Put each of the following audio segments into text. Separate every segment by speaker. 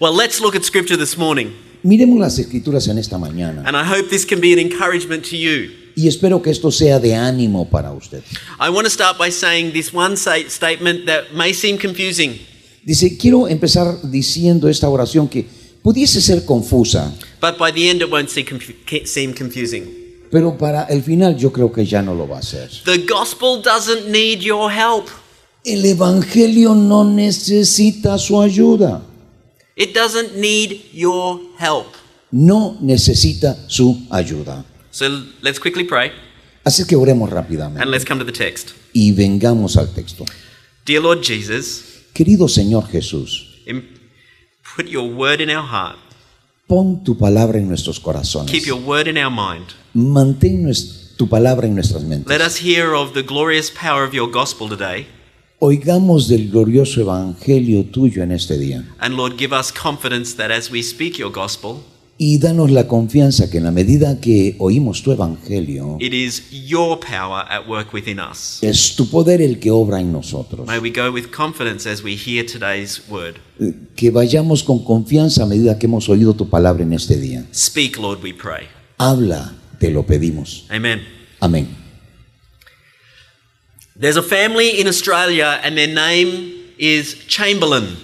Speaker 1: Well, let's look at scripture this morning,
Speaker 2: Miremos las escrituras en esta mañana
Speaker 1: and I hope this can be an encouragement to you.
Speaker 2: y espero que esto sea de ánimo para usted.
Speaker 1: I want to start by saying this one sa- statement that may seem confusing,
Speaker 2: Dice, quiero empezar diciendo esta oración que pudiese ser confusa,
Speaker 1: but by the end it won't see confu- ca- seem confusing.
Speaker 2: pero para el final yo creo que ya no lo va a ser.
Speaker 1: The gospel doesn't need your help.
Speaker 2: El Evangelio no necesita su ayuda,
Speaker 1: It doesn't need your help.
Speaker 2: no necesita su ayuda.
Speaker 1: So l- let's quickly pray
Speaker 2: Así que oremos
Speaker 1: and
Speaker 2: rápidamente
Speaker 1: let's come to the text.
Speaker 2: y vengamos al texto.
Speaker 1: Dear Lord Jesus,
Speaker 2: Querido Señor Jesús,
Speaker 1: im- put your word in our heart,
Speaker 2: pon tu palabra en nuestros corazones,
Speaker 1: keep your word in our mind.
Speaker 2: mantén nues- tu palabra en nuestras mentes.
Speaker 1: Let us hear of the glorious power of your gospel today,
Speaker 2: Oigamos del glorioso Evangelio tuyo en este día
Speaker 1: and Lord, give us confidence that as we speak your gospel,
Speaker 2: y danos la confianza que en la medida que oímos tu Evangelio,
Speaker 1: it is your power at work within us.
Speaker 2: es tu poder el que obra en nosotros.
Speaker 1: May we go with confidence as we hear today's word.
Speaker 2: Eh, Que vayamos con confianza a medida que hemos oído tu palabra en este día.
Speaker 1: Speak, Lord, we pray.
Speaker 2: Habla, te lo pedimos.
Speaker 1: Amen.
Speaker 2: Amén.
Speaker 1: There's a family in Australia, and their name is Chamberlain.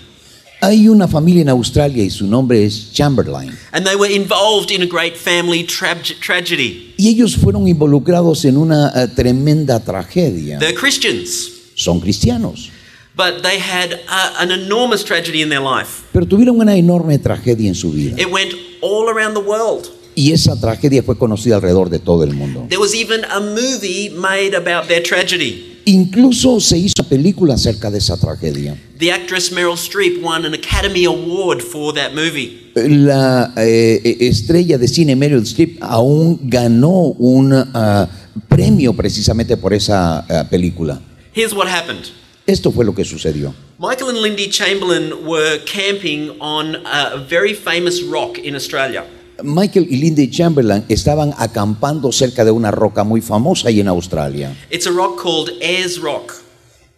Speaker 2: Hay una familia en Australia y su nombre es Chamberlain.
Speaker 1: And they were involved in a great family tra- tragedy.
Speaker 2: Y ellos fueron involucrados en una eh, tremenda tragedia.
Speaker 1: They're Christians,
Speaker 2: Son cristianos,
Speaker 1: but they had a, an enormous tragedy in their life.
Speaker 2: pero tuvieron una enorme tragedia en su vida.
Speaker 1: It went all around the world.
Speaker 2: Y esa tragedia fue conocida alrededor de todo el mundo.
Speaker 1: There was even a movie made about their tragedy.
Speaker 2: Incluso se hizo una película acerca de esa tragedia.
Speaker 1: The actress Meryl Streep won an Academy Award for that movie.
Speaker 2: La eh, eh, estrella de cine Meryl Streep aún ganó un ah, premio precisamente por esa ah, película.
Speaker 1: Here's what happened
Speaker 2: Esto fue lo que sucedió.
Speaker 1: Michael and Lindy Chamberlain were camping on a very famous rock in Australia.
Speaker 2: Michael y Lindy Chamberlain estaban acampando cerca de una roca muy famosa ahí en Australia.
Speaker 1: It's a rock called Ayers Rock,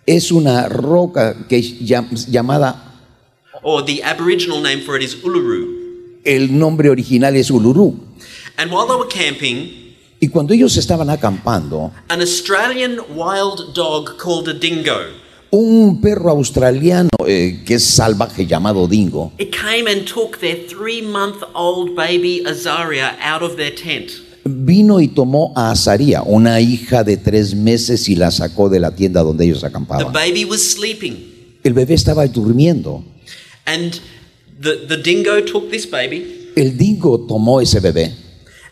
Speaker 2: Es una roca que es llam- llamada,
Speaker 1: or the Aboriginal name for it is Uluru.
Speaker 2: el nombre original es Uluru.
Speaker 1: And while they were camping,
Speaker 2: Y cuando ellos estaban acampando,
Speaker 1: An Australian wild dog called a dingo.
Speaker 2: un perro australiano eh, que es salvaje llamado Dingo
Speaker 1: It came and took their three month old baby Azaria out of their tent.
Speaker 2: vino y tomó a Azaria, una hija de tres meses, y la sacó de la tienda donde ellos
Speaker 1: The
Speaker 2: acampaban.
Speaker 1: baby was sleeping,
Speaker 2: El bebé estaba durmiendo.
Speaker 1: and the, the dingo took this baby.
Speaker 2: El Dingo tomó ese bebé.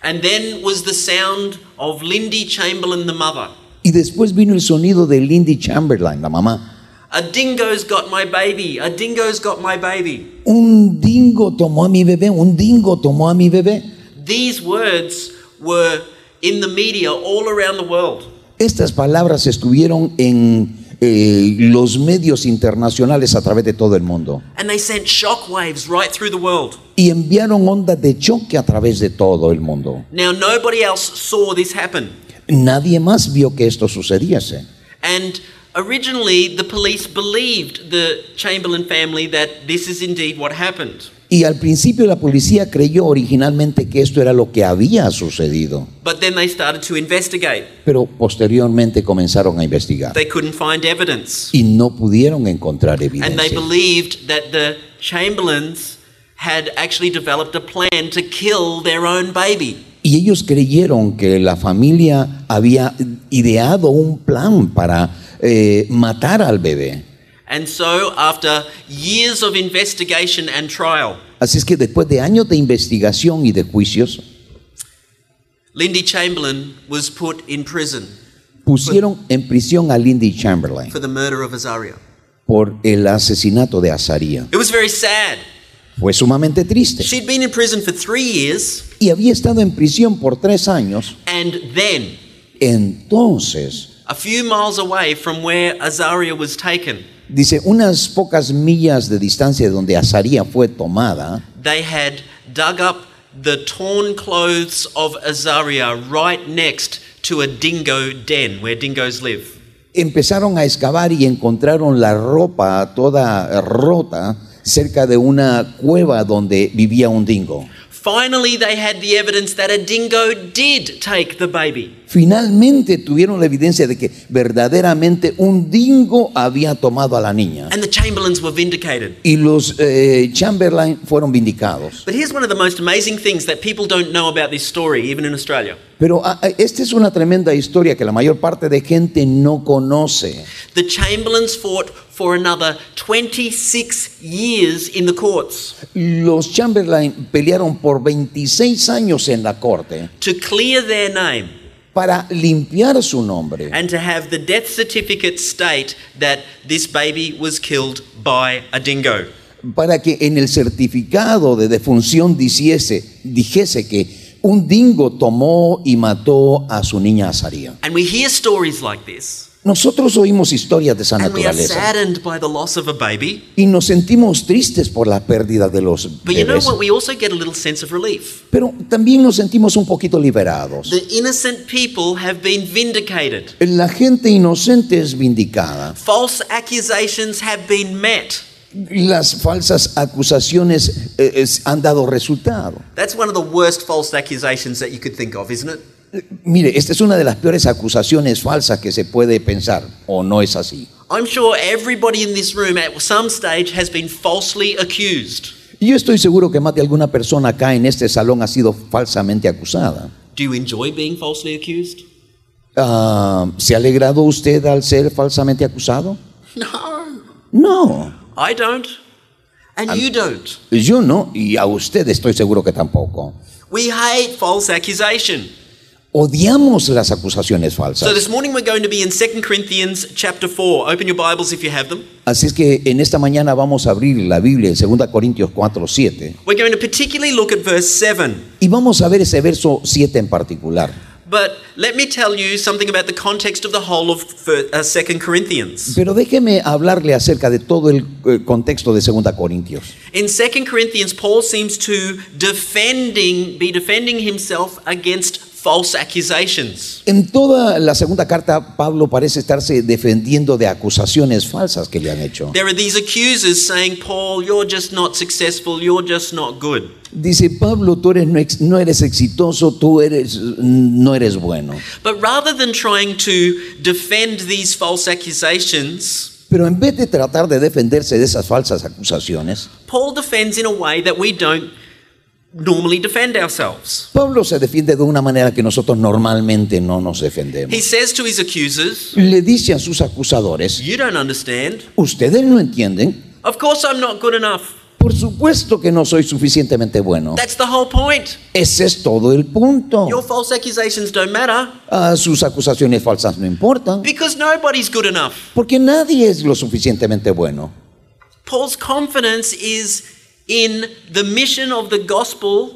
Speaker 1: And then was the sound of Lindy Chamberlain, the mother.
Speaker 2: Y después vino el sonido de Lindy Chamberlain, la mamá.
Speaker 1: A dingo's got my baby. A dingo's got my baby.
Speaker 2: Un dingo tomó a mi bebé, un dingo tomó a mi bebé.
Speaker 1: These words were in the media all around the world.
Speaker 2: Estas palabras estuvieron en eh, los medios internacionales a través de todo el mundo
Speaker 1: And they sent shockwaves right through the world.
Speaker 2: y enviaron ondas de choque a través de todo el mundo.
Speaker 1: Now, nobody else saw this happen.
Speaker 2: Nadie más vio que esto sucediese.
Speaker 1: And originally, the police believed the Chamberlain family that this is indeed what happened.
Speaker 2: Y al principio la policía creyó originalmente que esto era lo que había sucedido,
Speaker 1: But then they started to investigate.
Speaker 2: pero posteriormente comenzaron a investigar
Speaker 1: They couldn't find evidence.
Speaker 2: y no pudieron encontrar
Speaker 1: And they
Speaker 2: evidencia.
Speaker 1: believed that the Chamberlains had actually developed a plan to kill their own baby.
Speaker 2: Y ellos creyeron que la familia había ideado un plan para eh, matar al bebé.
Speaker 1: And so, after years of investigation and trial,
Speaker 2: Así es que después de años de investigación y de juicios,
Speaker 1: Lindy Chamberlain was put in prison
Speaker 2: pusieron en prisión a Lindy Chamberlain
Speaker 1: for the murder of Azaria.
Speaker 2: por el asesinato de Azaria.
Speaker 1: It was very sad.
Speaker 2: Fue sumamente triste.
Speaker 1: She'd been in prison for three years,
Speaker 2: Y había estado en prisión por tres años.
Speaker 1: and then,
Speaker 2: Entonces,
Speaker 1: a few miles away from where Azaria was taken,
Speaker 2: dice, unas pocas millas de distancia de donde Azaria fue tomada,
Speaker 1: they had dug up the torn clothes of Azaria right next to a dingo den where dingoes live.
Speaker 2: empezaron a excavar y encontraron la ropa toda rota cerca de una cueva donde vivía un dingo.
Speaker 1: Finally, they had the evidence that a dingo did take the baby.
Speaker 2: Finalmente tuvieron la evidencia de que verdaderamente un dingo había tomado a la niña.
Speaker 1: And the Chamberlains were vindicated.
Speaker 2: Y los eh, Chamberlain fueron vindicados.
Speaker 1: But here's one of the most amazing things that people don't know about this story, even in Australia.
Speaker 2: Pero ah, ah, esta es una tremenda historia que la mayor parte de gente no conoce.
Speaker 1: The Chamberlains fought for another 26 years in the courts
Speaker 2: Los Chamberlain pelearon por 26 años en la corte
Speaker 1: to clear their name
Speaker 2: para limpiar su nombre
Speaker 1: and to have the death certificate state that this baby was killed by a dingo.
Speaker 2: para que en el certificado de defunción dijese, dijese que un dingo tomó y mató a su niña Azaría.
Speaker 1: And we hear stories like this,
Speaker 2: Nosotros oímos historias de esa
Speaker 1: and we are
Speaker 2: naturaleza
Speaker 1: saddened by the loss of a baby.
Speaker 2: y nos sentimos tristes por la pérdida de los
Speaker 1: But you know
Speaker 2: bebés,
Speaker 1: what? We also get a little sense of relief.
Speaker 2: pero también nos sentimos un poquito liberados.
Speaker 1: The innocent people have been vindicated.
Speaker 2: La gente inocente es vindicada.
Speaker 1: False accusations have been met.
Speaker 2: Las falsas acusaciones eh, es- han dado resultado.
Speaker 1: That's one of the worst false accusations that you could think of, isn't it?
Speaker 2: Eh, Mire, esta es una de las peores acusaciones falsas que se puede pensar, o no es así.
Speaker 1: I'm sure everybody in this room at some stage has been falsely accused.
Speaker 2: Y Yo estoy seguro que más de alguna persona acá en este salón ha sido falsamente acusada.
Speaker 1: Do you enjoy being falsely accused?
Speaker 2: Ah, ¿Se ha alegrado usted al ser falsamente acusado?
Speaker 1: No,
Speaker 2: No,
Speaker 1: I don't. And you don't.
Speaker 2: yo no, y a usted estoy seguro que tampoco.
Speaker 1: We hate false accusation.
Speaker 2: Odiamos las acusaciones
Speaker 1: So
Speaker 2: falsas.
Speaker 1: this morning we're going to be in 2 Corinthians chapter 4. Open your Bibles if you have them.
Speaker 2: Así es que en esta mañana vamos a abrir la Biblia en 2 Corintios 4, 7.
Speaker 1: We're going to particularly look at verse 7.
Speaker 2: Y vamos a ver ese verso 7 en particular.
Speaker 1: But let me tell you something about the context of the whole of fir- uh, 2 Corinthians.
Speaker 2: Pero déjeme hablarle acerca de todo el eh, contexto de 2 Corintios.
Speaker 1: In 2 Corinthians, Paul seems to defending, be defending himself against false accusations.
Speaker 2: En toda la segunda carta, Pablo parece estarse defendiendo de acusaciones falsas que le han hecho.
Speaker 1: There are these accusers saying, Paul, you're just not successful, you're just not good.
Speaker 2: Dice Pablo, tú eres no, ex- no eres exitoso, tú eres mm, no eres bueno.
Speaker 1: But rather than trying to defend these false accusations,
Speaker 2: Pero en vez de tratar de defenderse de esas falsas acusaciones,
Speaker 1: Paul defends in a way that we don't normally defend ourselves.
Speaker 2: Pablo se defiende de una manera que nosotros normalmente no nos defendemos.
Speaker 1: He says to his accusers,
Speaker 2: Le dice a sus acusadores,
Speaker 1: You don't understand.
Speaker 2: ustedes no entienden.
Speaker 1: Of course, I'm not good enough.
Speaker 2: Por supuesto que no soy suficientemente bueno.
Speaker 1: That's the whole point.
Speaker 2: Ese es todo el punto.
Speaker 1: Your false accusations don't matter
Speaker 2: Ah, sus acusaciones falsas no importan.
Speaker 1: because nobody's good enough.
Speaker 2: Porque nadie es lo suficientemente bueno.
Speaker 1: Paul's confidence is in the mission of the gospel,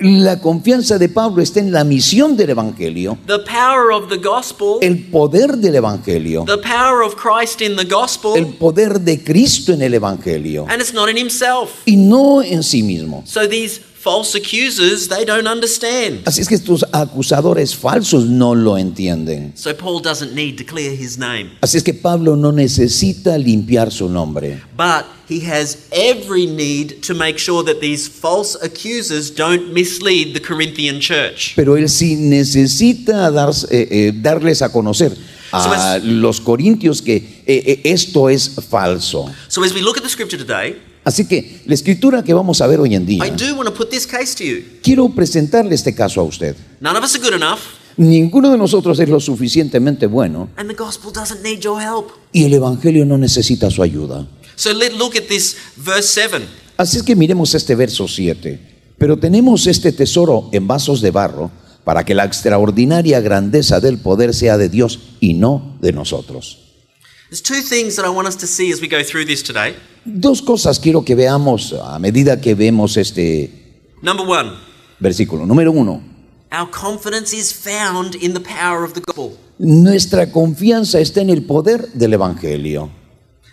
Speaker 2: La confianza de Pablo está en la misión del Evangelio,
Speaker 1: the power of the gospel,
Speaker 2: el poder del Evangelio,
Speaker 1: the power of Christ in the
Speaker 2: el
Speaker 1: gospel,
Speaker 2: poder de Cristo en el Evangelio
Speaker 1: and it's not in himself.
Speaker 2: y no en sí mismo.
Speaker 1: So these false accusers, they don't understand.
Speaker 2: Así es que estos acusadores falsos no lo entienden.
Speaker 1: So Paul doesn't need to clear his name.
Speaker 2: Así es que Pablo no necesita limpiar su nombre,
Speaker 1: But he has every need to make sure that these false accusers don't mislead the Corinthian church.
Speaker 2: pero él sí necesita darse- eh, eh, darles a conocer a los corintios que eh, eh, esto es falso.
Speaker 1: So as we look at the scripture today,
Speaker 2: Así que la escritura que vamos a ver hoy en día,
Speaker 1: I do want to put this case to you.
Speaker 2: quiero presentarle este caso a usted.
Speaker 1: None of us are good enough,
Speaker 2: Ninguno de nosotros es lo suficientemente bueno
Speaker 1: and the gospel doesn't need your help.
Speaker 2: y el Evangelio no necesita su ayuda.
Speaker 1: So let's look at this verse 7.
Speaker 2: Así es que miremos este verso 7. Pero tenemos este tesoro en vasos de barro para que la extraordinaria grandeza del poder sea de Dios y no de nosotros.
Speaker 1: There's two things that I want us to see as we go through this today.
Speaker 2: Dos cosas quiero que veamos a medida que vemos este
Speaker 1: Number one,
Speaker 2: versículo. Número uno,
Speaker 1: our confidence is found in the power of the gospel.
Speaker 2: nuestra confianza está en el poder del Evangelio.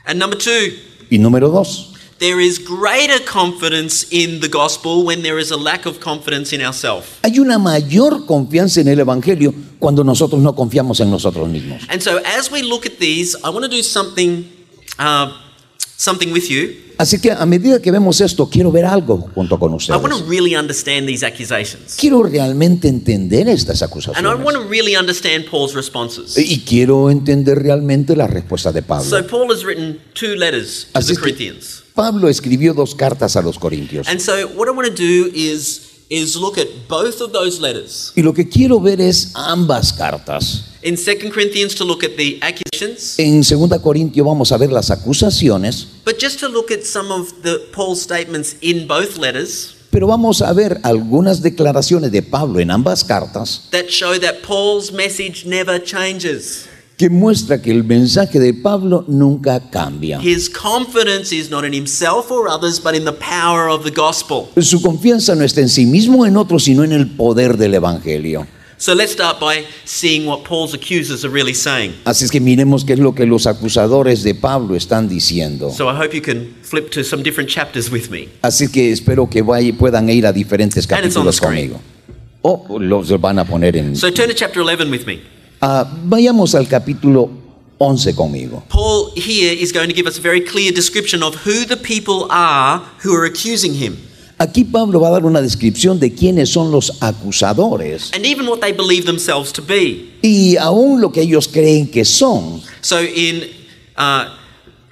Speaker 1: And number two,
Speaker 2: Y número dos,
Speaker 1: There is greater confidence in the gospel when there is a lack of confidence in ourselves.
Speaker 2: Hay una mayor confianza en el Evangelio cuando nosotros no confiamos en nosotros mismos.
Speaker 1: And so, as we look at these, I want to do something, uh, something with you.
Speaker 2: Así que a medida que vemos esto, quiero ver algo junto con
Speaker 1: I
Speaker 2: ustedes.
Speaker 1: want to really understand these accusations.
Speaker 2: Quiero realmente entender estas
Speaker 1: And I want
Speaker 2: acusaciones.
Speaker 1: to really understand Paul's responses.
Speaker 2: Y quiero entender realmente la respuesta de Pablo.
Speaker 1: So, Paul has written two letters to
Speaker 2: Así
Speaker 1: the
Speaker 2: es que-
Speaker 1: Corinthians.
Speaker 2: Pablo escribió dos cartas a los corintios.
Speaker 1: And so, what I want to do is, is look at both of those letters.
Speaker 2: Y lo que quiero ver es ambas cartas.
Speaker 1: In 2 Corinthians, to look at the accusations,
Speaker 2: En 2 Corintio vamos a ver las acusaciones,
Speaker 1: but just to look at some of the Paul's statements in both letters
Speaker 2: pero vamos a ver algunas declaraciones de Pablo en ambas cartas
Speaker 1: that show that Paul's message never changes.
Speaker 2: que muestra que el mensaje de Pablo nunca cambia.
Speaker 1: His confidence is not in himself or others, but in the power of the gospel.
Speaker 2: Su confianza no está en sí mismo o en otro, sino en el poder del Evangelio.
Speaker 1: So let's start by seeing what Paul's accusers are really saying.
Speaker 2: Así es que miremos qué es lo que los acusadores de Pablo están diciendo.
Speaker 1: So I hope you can flip to some different chapters with me.
Speaker 2: Así que espero que vaya- puedan ir a diferentes
Speaker 1: And it's on the
Speaker 2: capítulos
Speaker 1: screen.
Speaker 2: conmigo. O los van a poner en...
Speaker 1: So turn to chapter 11 with me.
Speaker 2: Ah, vayamos al capítulo 11 conmigo.
Speaker 1: Paul here is going to give us a very clear description of who the people are who are accusing him
Speaker 2: Aquí Pablo va a dar una descripción de quiénes son los acusadores
Speaker 1: and even what they believe themselves to be.
Speaker 2: y aún lo que ellos creen que son.
Speaker 1: So in uh,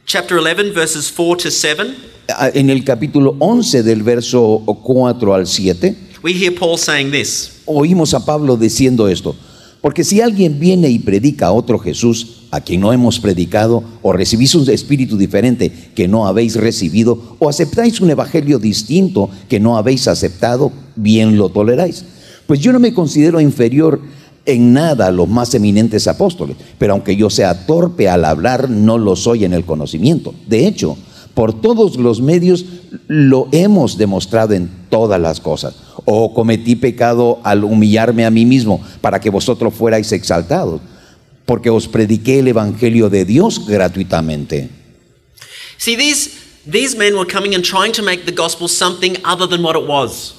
Speaker 1: chapter 11, verses 4 to 7,
Speaker 2: Ah, En el capítulo 11 del verso 4 al 7,
Speaker 1: we hear Paul saying this
Speaker 2: oímos a Pablo diciendo esto. Porque si alguien viene y predica a otro Jesús, a quien no hemos predicado, o recibís un espíritu diferente que no habéis recibido, o aceptáis un evangelio distinto que no habéis aceptado, bien lo toleráis. Pues yo no me considero inferior en nada a los más eminentes apóstoles, pero aunque yo sea torpe al hablar, no lo soy en el conocimiento. De hecho, por todos los medios lo hemos demostrado en todas las cosas. O cometí pecado al humillarme a mí mismo para que vosotros fuerais exaltados, porque os prediqué el Evangelio de Dios gratuitamente.
Speaker 1: See, these, these men were coming and trying to make the gospel something other than what it was.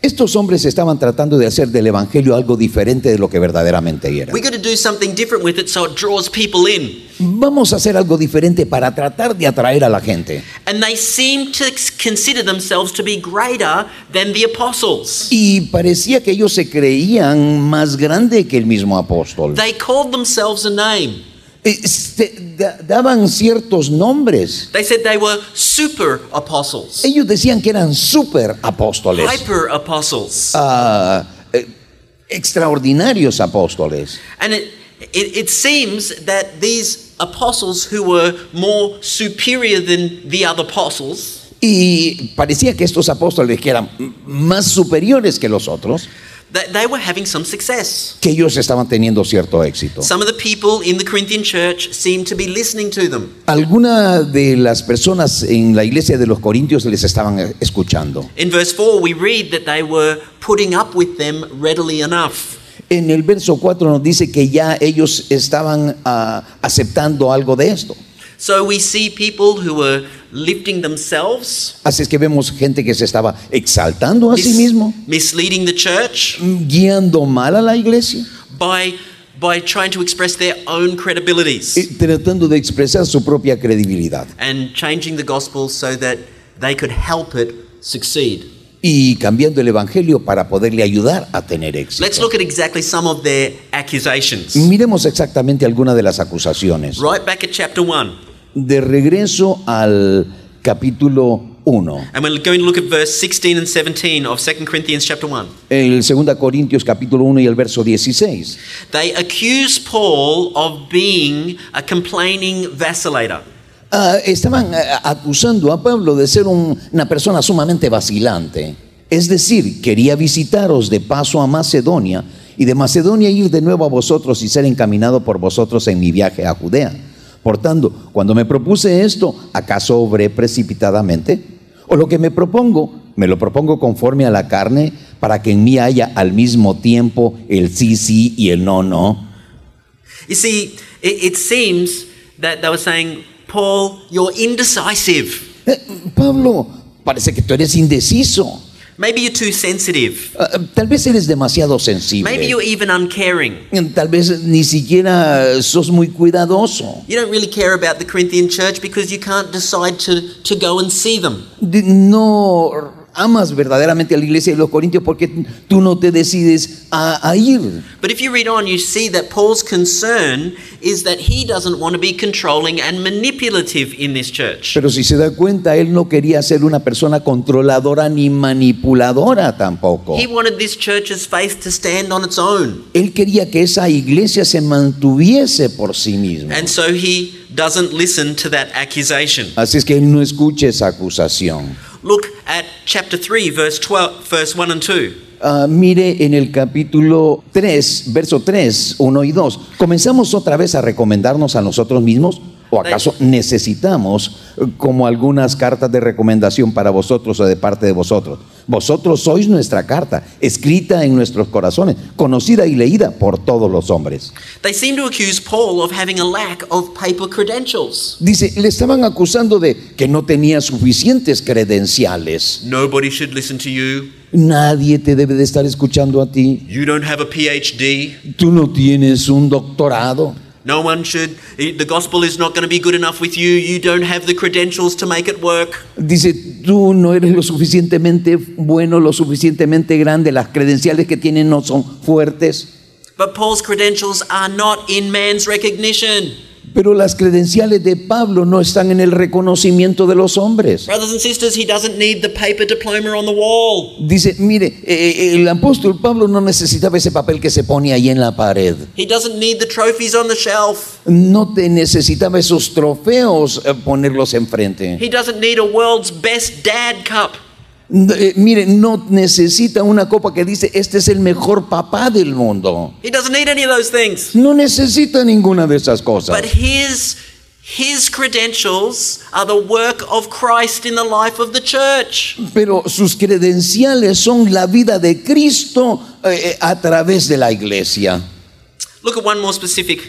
Speaker 2: Estos hombres estaban tratando de hacer del Evangelio algo diferente de lo que verdaderamente era.
Speaker 1: We're going to do something different with it so it draws people in.
Speaker 2: Vamos a hacer algo diferente para tratar de atraer a la gente.
Speaker 1: And they seem to consider themselves to be greater than the apostles.
Speaker 2: Y parecía que ellos se creían más grande que el mismo apóstol.
Speaker 1: They called themselves a name.
Speaker 2: Eh, se- da- daban ciertos nombres.
Speaker 1: They said they were super apostles,
Speaker 2: Ellos decían que eran super apóstoles,
Speaker 1: hyper apostles.
Speaker 2: ah, eh, extraordinarios apóstoles.
Speaker 1: And it, it, it seems that these apostles who were more superior than the other apostles,
Speaker 2: Y parecía que estos apóstoles, que eran m- más superiores que los otros,
Speaker 1: that they were having some success.
Speaker 2: que ellos estaban teniendo cierto éxito.
Speaker 1: Some of the people in the Corinthian church seemed to be listening to them.
Speaker 2: Alguna de las personas en la iglesia de los Corintios les estaban eh, escuchando.
Speaker 1: In verse 4, we read that they were putting up with them readily enough.
Speaker 2: En el verso 4 nos dice que ya ellos estaban ah, aceptando algo de esto.
Speaker 1: So we see people who were lifting themselves,
Speaker 2: Así es que vemos gente que se estaba exaltando a sí
Speaker 1: mis-
Speaker 2: mismo,
Speaker 1: misleading the church
Speaker 2: guiando mal a la iglesia.
Speaker 1: by by trying to express their own credibilities
Speaker 2: eh, tratando de expresar su propia credibilidad
Speaker 1: and changing the gospel so that they could help it succeed.
Speaker 2: y cambiando el Evangelio para poderle ayudar a tener
Speaker 1: Let's
Speaker 2: éxito.
Speaker 1: look at exactly some of their accusations.
Speaker 2: Miremos exactamente alguna de las acusaciones.
Speaker 1: Right back at chapter 1,
Speaker 2: De regreso al capítulo 1,
Speaker 1: and we're going to look at verse 16 and 17 of 2 Corinthians chapter 1.
Speaker 2: el 2 Corintios capítulo 1 y el verso 16.
Speaker 1: They accuse Paul of being a complaining vacillator.
Speaker 2: Ah, estaban ah, acusando a Pablo de ser un- una persona sumamente vacilante. Es decir, quería visitaros de paso a Macedonia y de Macedonia ir de nuevo a vosotros y ser encaminado por vosotros en mi viaje a Judea. Por tanto, cuando me propuse esto, ¿acaso obré precipitadamente? O lo que me propongo, me lo propongo conforme a la carne para que en mí haya al mismo tiempo el sí, sí y el no, no.
Speaker 1: You see, it, it seems that they were saying, Paul, you're indecisive.
Speaker 2: Eh, Pablo, parece que tú eres indeciso.
Speaker 1: Maybe you're too sensitive.
Speaker 2: Ah, Tal vez eres demasiado sensible.
Speaker 1: Maybe you're even uncaring.
Speaker 2: Tal vez ni siquiera sos muy cuidadoso.
Speaker 1: You don't really care about the Corinthian church because you can't decide to, to go and see them.
Speaker 2: De- No amas verdaderamente a la iglesia de los Corintios porque tú no te decides a, a ir.
Speaker 1: But if you read on, you see that Paul's concern is that he doesn't want to be controlling and manipulative in this church.
Speaker 2: Pero si se da cuenta, él no quería ser una persona controladora ni manipuladora tampoco.
Speaker 1: He wanted this church's faith to stand on its own.
Speaker 2: Él quería que esa iglesia se mantuviese por sí misma.
Speaker 1: And so he doesn't listen to that accusation.
Speaker 2: Así es que él no escuche esa acusación.
Speaker 1: Look at chapter 3, verse 12, verse 1 and 2.
Speaker 2: Ah, mire en el capítulo 3, verso 3, 1 y 2. ¿Comenzamos otra vez a recomendarnos a nosotros mismos? ¿O acaso necesitamos eh, como algunas cartas de recomendación para vosotros o de parte de vosotros? Vosotros sois nuestra carta, escrita en nuestros corazones, conocida y leída por todos los hombres.
Speaker 1: They seem to accuse Paul of having a lack of paper credentials.
Speaker 2: Dice, le estaban acusando de que no tenía suficientes credenciales.
Speaker 1: Nobody should listen to you.
Speaker 2: Nadie te debe de estar escuchando a ti.
Speaker 1: You don't have a PhD.
Speaker 2: Tú no tienes un doctorado.
Speaker 1: No one should. The gospel is not going to be good enough with you. You don't have the credentials to make it work.
Speaker 2: Dice, tú no eres lo suficientemente bueno, lo suficientemente grande, las credenciales que tienes no son fuertes,
Speaker 1: But Paul's credentials are not in man's recognition.
Speaker 2: pero las credenciales de Pablo no están en el reconocimiento de los hombres.
Speaker 1: Brothers and sisters, he doesn't need the paper diploma on the wall.
Speaker 2: Dice, mire, eh, el apóstol Pablo no necesitaba ese papel que se pone ahí en la pared,
Speaker 1: He doesn't need the trophies on the shelf.
Speaker 2: no te necesitaba esos trofeos eh, ponerlos enfrente.
Speaker 1: He doesn't need a world's best dad cup.
Speaker 2: Eh, mire, no necesita una copa que dice, este es el mejor papá del mundo.
Speaker 1: He doesn't need any of those things.
Speaker 2: No necesita ninguna de esas cosas.
Speaker 1: But his his credentials are the work of Christ in the life of the church.
Speaker 2: Pero sus credenciales son la vida de Cristo eh, eh, a través de la iglesia.
Speaker 1: Look at one more specific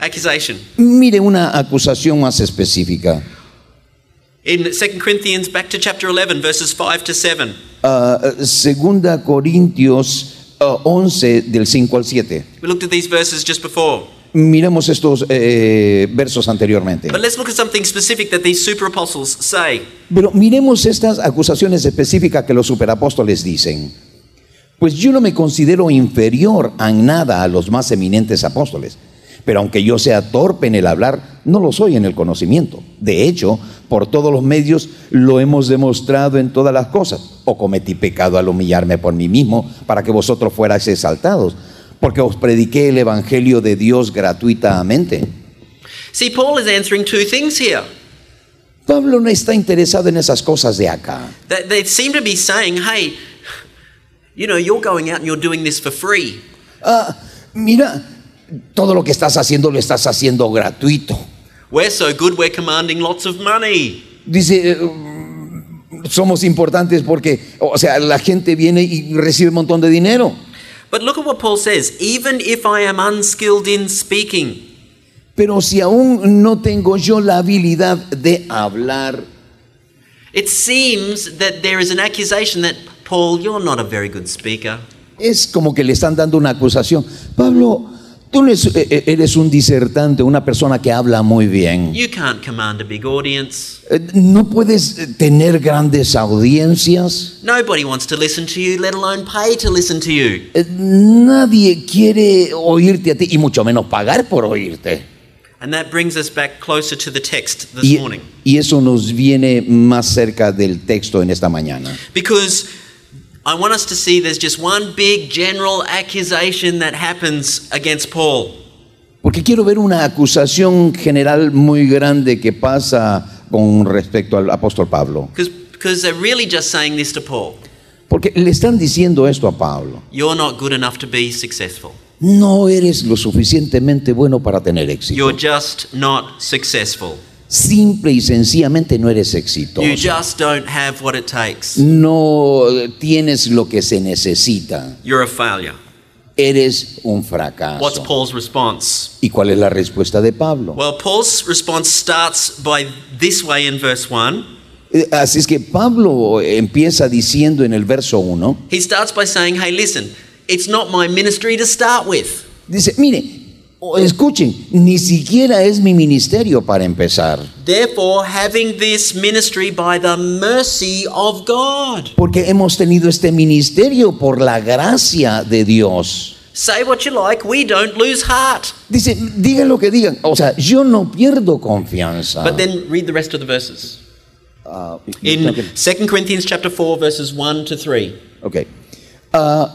Speaker 1: accusation.
Speaker 2: Mire una acusación más específica.
Speaker 1: In 2 Corinthians, back to chapter 11, verses 5 to 7.
Speaker 2: Ah, eh, segunda Corintios ah, 11 del 5 al 7.
Speaker 1: We looked at these verses just before.
Speaker 2: Miramos estos eh, versos anteriormente.
Speaker 1: But let's look at something specific that these super apostles say.
Speaker 2: Pero miremos estas acusaciones específicas que los superapóstoles dicen. Pues yo no me considero inferior a nada a los más eminentes apóstoles. Pero aunque yo sea torpe en el hablar, no lo soy en el conocimiento. De hecho, por todos los medios lo hemos demostrado en todas las cosas. O cometí pecado al humillarme por mí mismo para que vosotros fuerais exaltados, porque os prediqué el Evangelio de Dios gratuitamente.
Speaker 1: See, Paul is answering two things here.
Speaker 2: Pablo no está interesado en esas cosas de acá.
Speaker 1: They, they seem to be saying, hey, you know, you're going out and you're doing this for free.
Speaker 2: Ah, mira, todo lo que estás haciendo lo estás haciendo gratuito.
Speaker 1: We're so good, we're commanding lots of money.
Speaker 2: Dice, eh, mm, somos importantes porque, o sea, la gente viene y recibe un montón de dinero.
Speaker 1: But look at what Paul says even if I am unskilled in speaking,
Speaker 2: Pero si aún no tengo yo la habilidad de hablar,
Speaker 1: it seems that there is an accusation that, Paul, you're not a very good speaker.
Speaker 2: es como que le están dando una acusación. Pablo, tú eres, eh, eh, eres un disertante, una persona que habla muy bien.
Speaker 1: You can't command a big audience.
Speaker 2: Eh, No puedes eh, tener grandes audiencias.
Speaker 1: Nobody wants to listen to you, let alone pay to listen to you.
Speaker 2: Eh, Nadie quiere oírte a ti y mucho menos pagar por oírte.
Speaker 1: And that brings us back closer to the text this
Speaker 2: Y,
Speaker 1: morning.
Speaker 2: y eso nos viene más cerca del texto en esta mañana.
Speaker 1: Because I want us to see there's just one big general accusation that happens against Paul.
Speaker 2: Porque quiero ver una acusación general muy grande que pasa con respecto al apóstol Pablo.
Speaker 1: Because because they're really just saying this to Paul.
Speaker 2: Porque le están diciendo esto a Pablo.
Speaker 1: You're not good enough to be successful.
Speaker 2: No eres lo suficientemente bueno para tener éxito.
Speaker 1: You're just not successful.
Speaker 2: Simple y sencillamente no eres
Speaker 1: You
Speaker 2: exitoso.
Speaker 1: just don't have what it takes.
Speaker 2: No tienes lo que se necesita.
Speaker 1: You're a failure.
Speaker 2: Eres un
Speaker 1: What's
Speaker 2: fracaso.
Speaker 1: Paul's response?
Speaker 2: ¿Y cuál es la respuesta de Pablo?
Speaker 1: Well, Paul's response starts by this way in verse 1.
Speaker 2: Eh, Así es que Pablo empieza diciendo en el verso 1,
Speaker 1: He starts by saying, Hey, listen, it's not my ministry to start with.
Speaker 2: dice, mire, o- escuchen, ni siquiera es mi ministerio para empezar,
Speaker 1: Therefore, having this ministry by the mercy of God.
Speaker 2: porque hemos tenido este ministerio por la gracia de Dios.
Speaker 1: Say what you like, we don't lose heart.
Speaker 2: Dice, digan lo que digan, o sea, yo no pierdo confianza.
Speaker 1: But then read the rest of the verses.
Speaker 2: Ah,
Speaker 1: In
Speaker 2: ok.
Speaker 1: 2 Corinthians chapter 4, verses 1 to 3.
Speaker 2: Ok. Ah,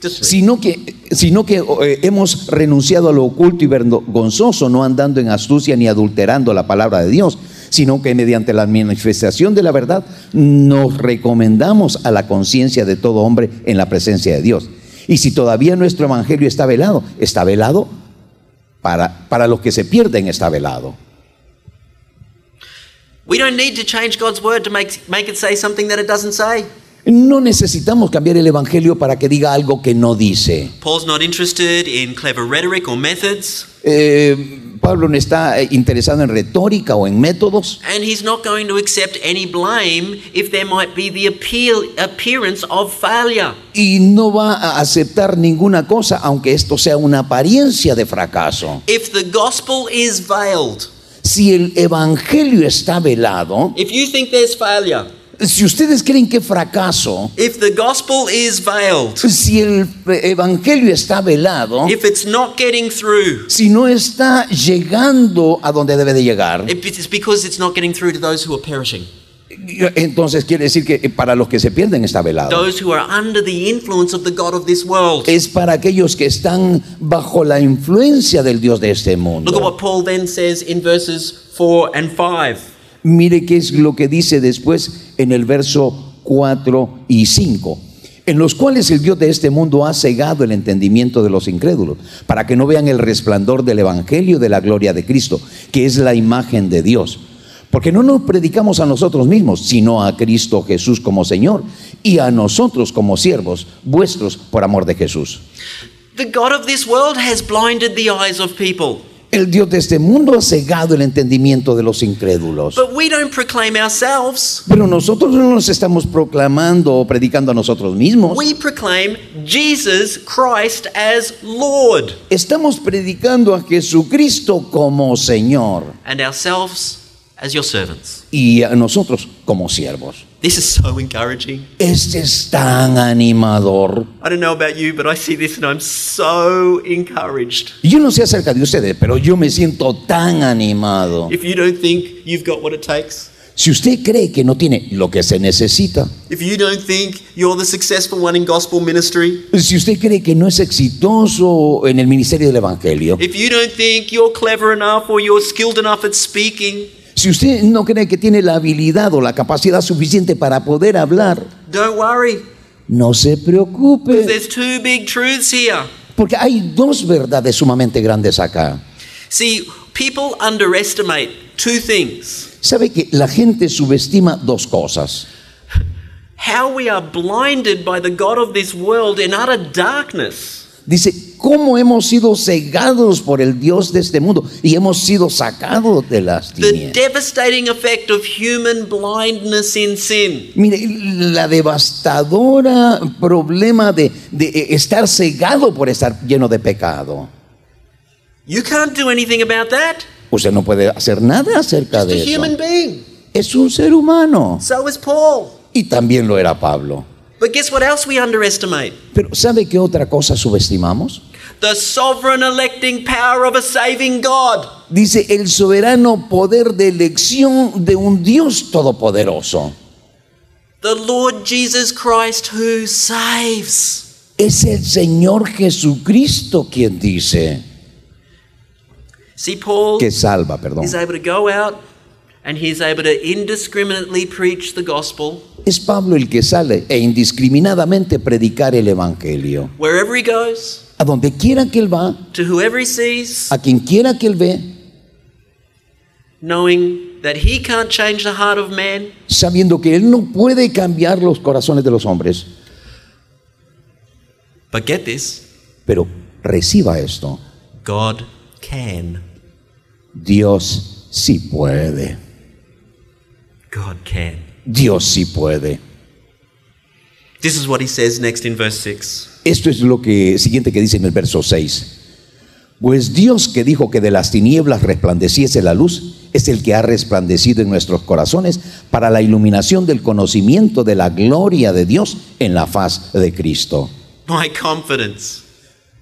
Speaker 1: Just read.
Speaker 2: sino que, sino que eh, hemos renunciado a lo oculto y vergonzoso, no andando en astucia ni adulterando la palabra de Dios, sino que mediante la manifestación de la verdad nos recomendamos a la conciencia de todo hombre en la presencia de Dios. Y si todavía nuestro evangelio está velado, está velado para, para los que se pierden, está velado.
Speaker 1: We don't need to change God's word to make, make it say something that it doesn't say.
Speaker 2: No necesitamos cambiar el evangelio para que diga algo que no dice.
Speaker 1: Paul's not interested in clever rhetoric or methods,
Speaker 2: Eh, Pablo no está eh, interesado en retórica o en métodos.
Speaker 1: and he's not going to accept any blame if there might be the appeal, appearance of failure.
Speaker 2: y no va a aceptar ninguna cosa, aunque esto sea una apariencia de fracaso.
Speaker 1: If the gospel is veiled,
Speaker 2: Si el Evangelio está velado,
Speaker 1: if you think there's failure,
Speaker 2: si ustedes creen que fracaso,
Speaker 1: if the gospel is veiled,
Speaker 2: si el Evangelio está velado,
Speaker 1: if it's not getting through,
Speaker 2: si no está llegando a donde debe de llegar,
Speaker 1: if it's because it's not getting through to those who are perishing,
Speaker 2: entonces quiere decir que para los que se pierden está velado.
Speaker 1: those who are under the influence of the God of this world.
Speaker 2: Es para aquellos que están bajo la influencia del Dios de este
Speaker 1: Look at
Speaker 2: mundo.
Speaker 1: what Paul then says in verses 4 and 5.
Speaker 2: Mire qué es lo que dice después en el verso 4 y 5, en los cuales el Dios de este mundo ha cegado el entendimiento de los incrédulos, para que no vean el resplandor del Evangelio de la gloria de Cristo, que es la imagen de Dios. Porque no nos predicamos a nosotros mismos, sino a Cristo Jesús como Señor, y a nosotros como siervos vuestros por amor de Jesús.
Speaker 1: The God of this world has blinded the eyes of people.
Speaker 2: El Dios de este mundo ha cegado el entendimiento de los incrédulos.
Speaker 1: But we don't proclaim ourselves.
Speaker 2: Pero nosotros no nos estamos proclamando o predicando a nosotros mismos.
Speaker 1: We proclaim Jesus Christ as Lord
Speaker 2: Estamos predicando a Jesucristo como Señor
Speaker 1: and ourselves as your servants.
Speaker 2: y a nosotros como siervos.
Speaker 1: This is so encouraging.
Speaker 2: Este es tan animador.
Speaker 1: I don't know about you, but I see this and I'm so encouraged.
Speaker 2: Yo no sé acerca de ustedes, pero yo me siento tan animado.
Speaker 1: If you don't think you've got what it takes,
Speaker 2: Si usted cree que no tiene lo que se necesita,
Speaker 1: if you don't think you're the successful one in gospel ministry,
Speaker 2: si usted cree que no es exitoso en el ministerio del Evangelio,
Speaker 1: if you don't think you're clever enough or you're skilled enough at speaking,
Speaker 2: si usted no cree que tiene la habilidad o la capacidad suficiente para poder hablar,
Speaker 1: don't worry.
Speaker 2: no se preocupe.
Speaker 1: There's two big truths here.
Speaker 2: Porque hay dos verdades sumamente grandes acá.
Speaker 1: See, people underestimate two things
Speaker 2: Sabe que la gente subestima dos cosas.
Speaker 1: how we are blinded by the God of this world in utter darkness,
Speaker 2: Dice, ¿cómo hemos sido cegados por el Dios de este mundo? Y hemos sido sacados de las
Speaker 1: the
Speaker 2: tinieblas.
Speaker 1: devastating effect of human blindness in sin.
Speaker 2: Mire, la devastadora problema de, de, eh, estar cegado por estar lleno de pecado.
Speaker 1: You can't do anything about that.
Speaker 2: Usted no puede hacer nada acerca
Speaker 1: Just a
Speaker 2: de eso.
Speaker 1: human being.
Speaker 2: Es un ser humano.
Speaker 1: So is Paul.
Speaker 2: Y también lo era Pablo.
Speaker 1: But guess what else we underestimate?
Speaker 2: Pero ¿sabe qué otra cosa subestimamos?
Speaker 1: The sovereign electing power of a saving God.
Speaker 2: Dice el soberano poder de elección de un Dios todopoderoso.
Speaker 1: The Lord Jesus Christ who saves.
Speaker 2: Es el Señor Jesucristo quien dice
Speaker 1: See, Paul
Speaker 2: que salva, perdón.
Speaker 1: He's able to go out and he's able to indiscriminately preach the gospel
Speaker 2: Es Pablo el que sale e indiscriminadamente predicar el Evangelio.
Speaker 1: wherever he goes,
Speaker 2: A donde quiera que él va,
Speaker 1: to whoever he sees,
Speaker 2: a quien quiera que él ve,
Speaker 1: knowing that he can't change the heart of man,
Speaker 2: sabiendo que él no puede cambiar los corazones de los hombres.
Speaker 1: but get this,
Speaker 2: Pero reciba esto.
Speaker 1: God can.
Speaker 2: Dios sí puede.
Speaker 1: God can.
Speaker 2: Dios sí puede.
Speaker 1: This is what he says next in verse 6.
Speaker 2: Esto es lo que siguiente que dice en el verso 6. Pues Dios que dijo que de las tinieblas resplandeciese la luz, es el que ha resplandecido en nuestros corazones para la iluminación del conocimiento de la gloria de Dios en la faz de Cristo.
Speaker 1: My confidence,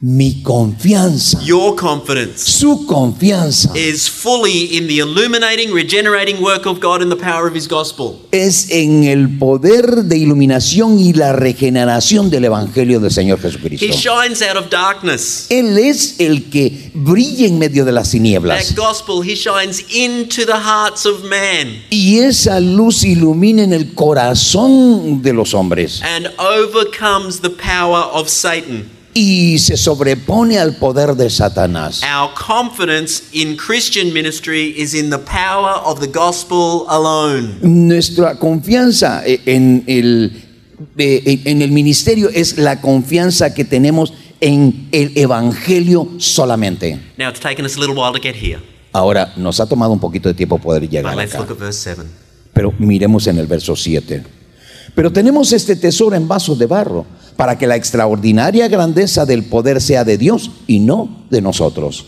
Speaker 2: Mi confianza,
Speaker 1: your confidence,
Speaker 2: su confianza
Speaker 1: is fully in the illuminating, regenerating work of God and the power of his gospel.
Speaker 2: es en el poder de iluminación y la regeneración del Evangelio del Señor
Speaker 1: He
Speaker 2: Jesucristo.
Speaker 1: shines out of darkness.
Speaker 2: Él es el que brilla en medio de las
Speaker 1: That
Speaker 2: tinieblas
Speaker 1: gospel, he shines into the hearts of man
Speaker 2: y esa luz ilumina en el corazón de los hombres.
Speaker 1: and overcomes the power of Satan.
Speaker 2: y se sobrepone al poder de Satanás.
Speaker 1: Our confidence in Christian ministry is in the power of the gospel alone.
Speaker 2: Nuestra confianza eh, en el, eh, en- en el ministerio es la confianza que tenemos en el Evangelio solamente.
Speaker 1: Now, it's taken us a little while to get here,
Speaker 2: Ahora, nos ha tomado un poquito de tiempo poder
Speaker 1: but
Speaker 2: llegar
Speaker 1: let's
Speaker 2: acá,
Speaker 1: look at verse 7.
Speaker 2: pero miremos en el verso 7. Pero tenemos este tesoro en vasos de barro, para que la extraordinaria grandeza del poder sea de Dios y no de nosotros.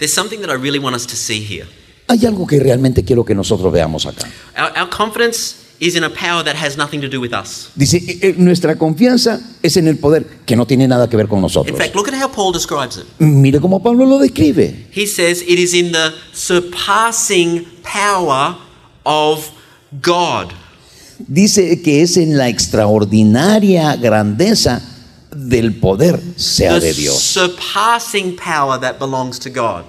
Speaker 1: There's something that I really want us to see here.
Speaker 2: Hay algo que realmente quiero que nosotros veamos acá.
Speaker 1: Our, our confidence is in a power that has nothing to do with us.
Speaker 2: Dice, eh, eh, nuestra confianza es en el poder, que no tiene nada que ver con
Speaker 1: In
Speaker 2: nosotros.
Speaker 1: fact, look at how Paul describes it.
Speaker 2: Mire cómo Pablo lo describe.
Speaker 1: He says it is in the surpassing power of God.
Speaker 2: Dice que es en la extraordinaria grandeza del poder sea
Speaker 1: The
Speaker 2: de Dios.
Speaker 1: surpassing power that belongs to God.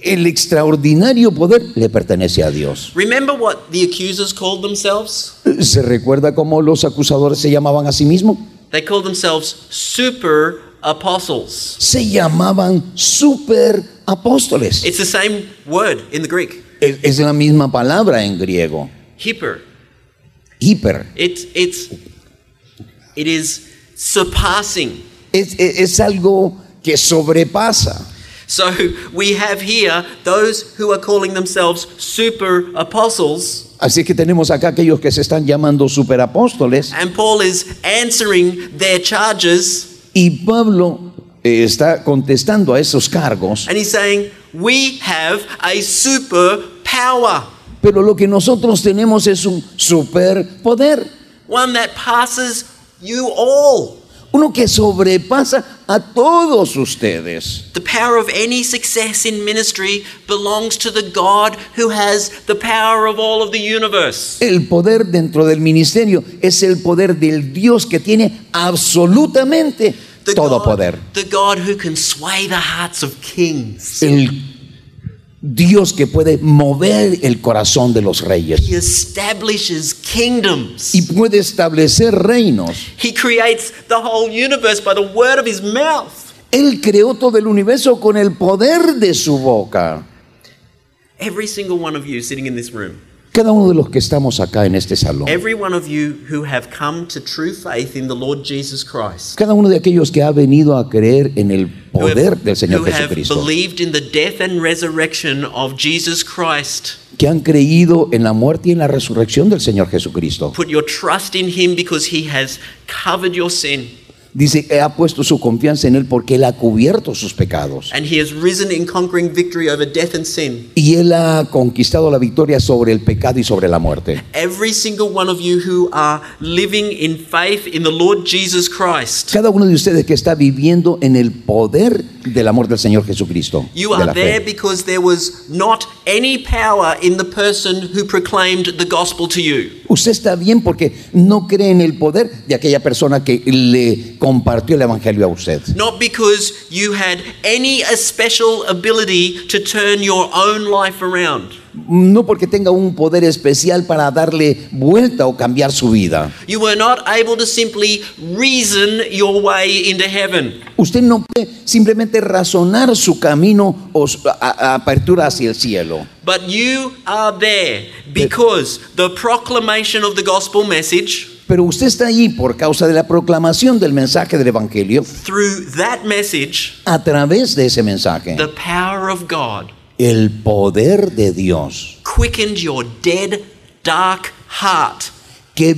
Speaker 2: El extraordinario poder le pertenece a Dios.
Speaker 1: Remember what the accusers called themselves?
Speaker 2: ¿Se recuerda cómo los acusadores se llamaban a sí mismos?
Speaker 1: They called themselves super apostles.
Speaker 2: Se llamaban super apóstoles.
Speaker 1: It's the same word in the Greek,
Speaker 2: Es, es la misma palabra en griego.
Speaker 1: hyper.
Speaker 2: Hiper.
Speaker 1: It's it's it is surpassing.
Speaker 2: Es- es- es algo que sobrepasa.
Speaker 1: So we have here those who are calling themselves super apostles,
Speaker 2: Así que tenemos acá aquellos que se están llamando superapóstoles
Speaker 1: and Paul is answering their charges,
Speaker 2: y Pablo eh, está contestando a esos cargos,
Speaker 1: and he's saying, We have a super power,
Speaker 2: pero lo que nosotros tenemos es un superpoder,
Speaker 1: one that passes you all.
Speaker 2: uno que sobrepasa a todos ustedes.
Speaker 1: The power of any success in ministry belongs to the God who has the power of all of the universe.
Speaker 2: El poder dentro del ministerio es el poder del Dios que tiene absolutamente
Speaker 1: The
Speaker 2: todo
Speaker 1: God-
Speaker 2: poder.
Speaker 1: The God who can sway the hearts of kings.
Speaker 2: El Dios que puede mover el corazón de los reyes
Speaker 1: He establishes kingdoms.
Speaker 2: y puede establecer reinos.
Speaker 1: He creates the whole universe by the word of his mouth.
Speaker 2: Él creó todo el universo con el poder de su boca.
Speaker 1: Every single one of you sitting in this room,
Speaker 2: Cada uno de los que estamos acá en este salón,
Speaker 1: every one of you who have come to true faith in the Lord Jesus Christ,
Speaker 2: cada uno de aquellos que ha venido a creer en el
Speaker 1: who have-
Speaker 2: poder del Señor
Speaker 1: who have
Speaker 2: Jesucristo,
Speaker 1: believed in the death and resurrection of Jesus Christ,
Speaker 2: que han creído en la muerte y en la resurrección del Señor Jesucristo.
Speaker 1: put your trust in him because he has covered your sin
Speaker 2: Dice que ha puesto su confianza en Él porque Él ha cubierto sus pecados.
Speaker 1: and he has risen in conquering victory over death and sin.
Speaker 2: Y Él ha conquistado la victoria sobre el pecado y sobre la muerte.
Speaker 1: Every single one of you who are living in faith in the Lord Jesus Christ,
Speaker 2: Cada uno de ustedes que está viviendo en el poder del amor del Señor Jesucristo.
Speaker 1: You
Speaker 2: de
Speaker 1: are
Speaker 2: la fe.
Speaker 1: there because there was not any power in the person who proclaimed the gospel to you.
Speaker 2: Usted está bien porque no cree en el poder de aquella persona que le compartió el Evangelio a usted.
Speaker 1: Not because you had any uh, special ability to turn your own life around.
Speaker 2: No porque tenga un poder especial para darle vuelta o cambiar su vida.
Speaker 1: You were not able to simply reason your way into heaven.
Speaker 2: Usted no puede simplemente razonar su camino o su- a- a- apertura hacia el cielo.
Speaker 1: But you are there because the proclamation of the gospel message,
Speaker 2: Pero usted está allí por causa de la proclamación del mensaje del Evangelio.
Speaker 1: through that message,
Speaker 2: A través de ese mensaje,
Speaker 1: the power of God
Speaker 2: el poder de Dios
Speaker 1: quickened your dead dark heart
Speaker 2: que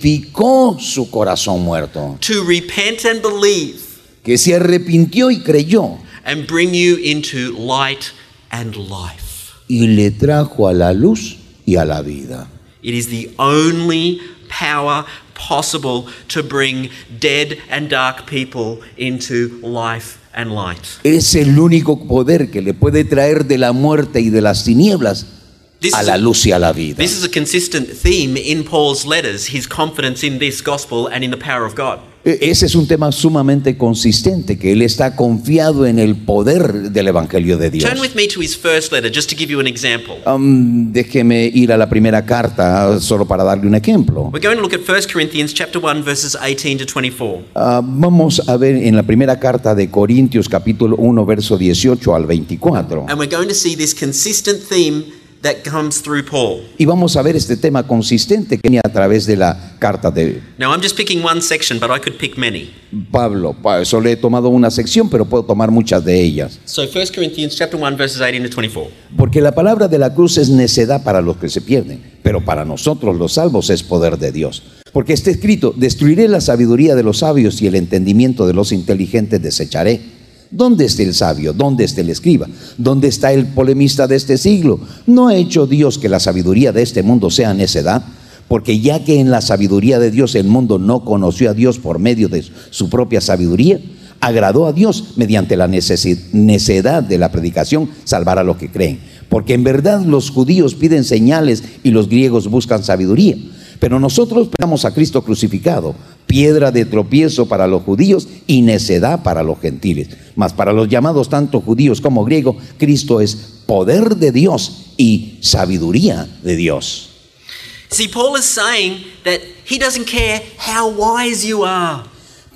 Speaker 2: vivificó su corazón muerto,
Speaker 1: to repent and believe
Speaker 2: que se arrepintió y creyó
Speaker 1: and bring you into light and life.
Speaker 2: y le trajo a la luz y a la vida.
Speaker 1: It is the only power possible to bring dead and dark people into life and light.
Speaker 2: Es el único poder que le puede traer de la muerte y de las tinieblas
Speaker 1: This
Speaker 2: a
Speaker 1: is-
Speaker 2: la luz y a la vida.
Speaker 1: This is a consistent theme in Paul's letters, his confidence in this gospel and in the power of God.
Speaker 2: E- Ese es un tema sumamente consistente, que él está confiado en el poder del Evangelio de Dios.
Speaker 1: Turn with me to his first letter just to give you an example.
Speaker 2: Am, déjeme ir a la primera carta ah, solo para darle un ejemplo.
Speaker 1: We're going to look at 1 Corinthians chapter 1 verses 18 to 24.
Speaker 2: Ah, vamos a ver en la primera carta de Corintios capítulo 1 verso 18 al 24.
Speaker 1: And we're going to see this consistent theme that comes through Paul.
Speaker 2: Y vamos a ver este tema consistente que viene a través de la carta de
Speaker 1: Now, I'm just picking one section, but I could pick many.
Speaker 2: Pablo. Pa- Solo he tomado una sección, pero puedo tomar muchas de ellas.
Speaker 1: So 1 Corinthians chapter 1 verses 18 to 24.
Speaker 2: Porque la palabra de la cruz es necedad para los que se pierden, pero para nosotros los salvos es poder de Dios. Porque está escrito, destruiré la sabiduría de los sabios y el entendimiento de los inteligentes desecharé. ¿Dónde está el sabio? ¿Dónde está el escriba? ¿Dónde está el polemista de este siglo? ¿No ha hecho Dios que la sabiduría de este mundo sea necedad? Porque ya que en la sabiduría de Dios el mundo no conoció a Dios por medio de su propia sabiduría, agradó a Dios mediante la necesi- necedad de la predicación salvar a los que creen. Porque en verdad los judíos piden señales y los griegos buscan sabiduría. Pero nosotros esperamos a Cristo crucificado, piedra de tropiezo para los judíos y necedad para los gentiles. Mas para los llamados tanto judíos como griegos, Cristo es poder de Dios y sabiduría de Dios.
Speaker 1: See, Paul is saying that he doesn't care how wise you are.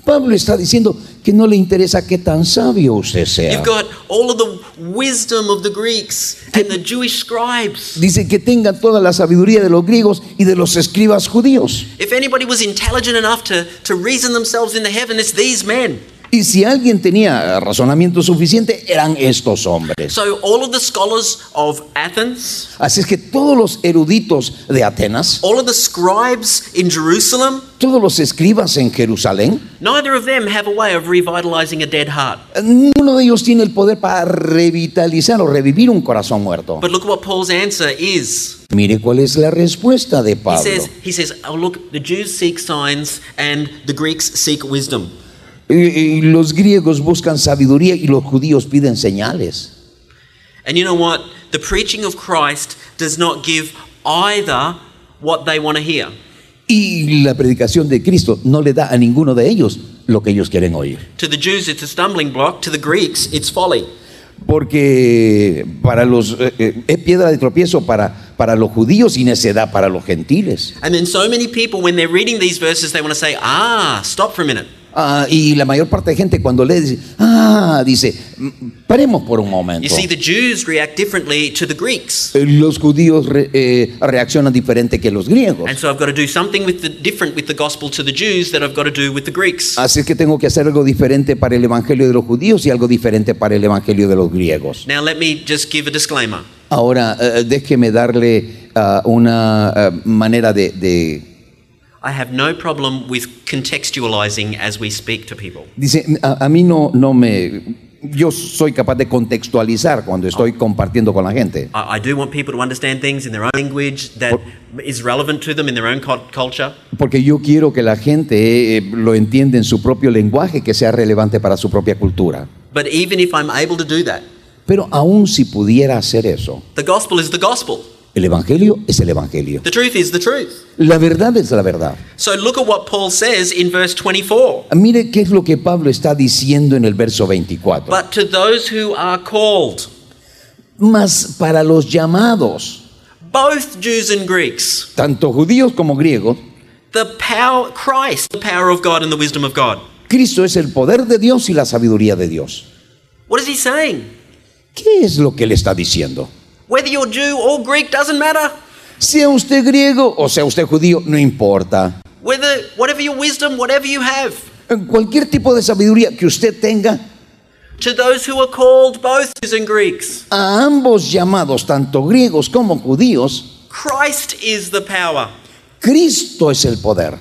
Speaker 2: Pablo está diciendo que no le interesa qué tan sabio usted sea.
Speaker 1: You've got all of the wisdom of the Greeks and the Jewish scribes.
Speaker 2: Dice que tenga toda la sabiduría de los griegos y de los escribas judíos.
Speaker 1: If anybody was intelligent enough to, to reason themselves into heaven, it's these men.
Speaker 2: Y si alguien tenía razonamiento suficiente, eran estos hombres.
Speaker 1: So, all of the scholars of Athens,
Speaker 2: Así es que todos los eruditos de Atenas,
Speaker 1: all of the scribes in Jerusalem,
Speaker 2: todos los escribas en Jerusalén,
Speaker 1: neither of them have a way of revitalizing a dead heart.
Speaker 2: ninguno de ellos tiene el poder para revitalizar o revivir un corazón muerto.
Speaker 1: But look what Paul's answer is.
Speaker 2: Mire cuál es la respuesta de
Speaker 1: He
Speaker 2: Pablo.
Speaker 1: says, he says, oh look, the Jews seek signs and the Greeks seek wisdom.
Speaker 2: Y- y los griegos buscan sabiduría y los judíos piden señales.
Speaker 1: And you know what? The preaching of Christ does not give either what they want to hear.
Speaker 2: Y la predicación de Cristo no le da a ninguno de ellos lo que ellos quieren oír.
Speaker 1: To the Jews, it's a stumbling block. To the Greeks, it's folly.
Speaker 2: Porque para los eh, eh, es piedra de tropiezo para, para los judíos y necedad para los gentiles.
Speaker 1: And then so many people, when they're reading these verses, they want to say, ah, stop for a minute.
Speaker 2: Ah, y la mayor parte de gente cuando lee dice, ah, dice, "Mm, paremos por un
Speaker 1: You
Speaker 2: momento.
Speaker 1: see, the Jews react differently to the Greeks.
Speaker 2: Eh, Los judíos re- eh, reaccionan diferente que los griegos.
Speaker 1: And so I've got to do something with the, different with the gospel to the Jews that I've got to do with the Greeks.
Speaker 2: Así es que tengo que hacer algo diferente para el evangelio de los judíos y algo diferente para el evangelio de los griegos.
Speaker 1: Now, let me just give a disclaimer.
Speaker 2: Ahora, eh, déjeme darle ah, una ah, manera de- de
Speaker 1: I have no problem with contextualizing as we speak to people.
Speaker 2: Dice, a, a mí no, no me... Yo soy capaz de contextualizar cuando estoy compartiendo con la gente.
Speaker 1: I, I do want people to understand things in their own language that is relevant to them in their own cul- culture.
Speaker 2: Porque yo quiero que la gente eh, lo entienda en su propio lenguaje, que sea relevante para su propia cultura.
Speaker 1: But even if I'm able to do that,
Speaker 2: Pero aún si pudiera hacer eso,
Speaker 1: the gospel is the gospel.
Speaker 2: el Evangelio es el Evangelio.
Speaker 1: The truth is the truth.
Speaker 2: La verdad es la verdad.
Speaker 1: So look at what Paul says in verse 24.
Speaker 2: Mire qué es lo que Pablo está diciendo en el verso 24.
Speaker 1: But to those who are called,
Speaker 2: Mas para los llamados,
Speaker 1: both Jews and Greeks,
Speaker 2: tanto judíos como griegos,
Speaker 1: the power Christ, the power of God and the wisdom of God.
Speaker 2: Cristo es el poder de Dios y la sabiduría de Dios.
Speaker 1: What is he saying?
Speaker 2: ¿Qué es lo que le está diciendo?
Speaker 1: Whether you're Jew or Greek doesn't matter.
Speaker 2: Sea usted griego o sea usted judío, no importa.
Speaker 1: Whether whatever your wisdom, whatever you have,
Speaker 2: En Cualquier tipo de sabiduría que usted tenga,
Speaker 1: to those who are called, both Jews and Greeks.
Speaker 2: a ambos llamados, tanto griegos como judíos,
Speaker 1: Christ is the power.
Speaker 2: Cristo es el poder.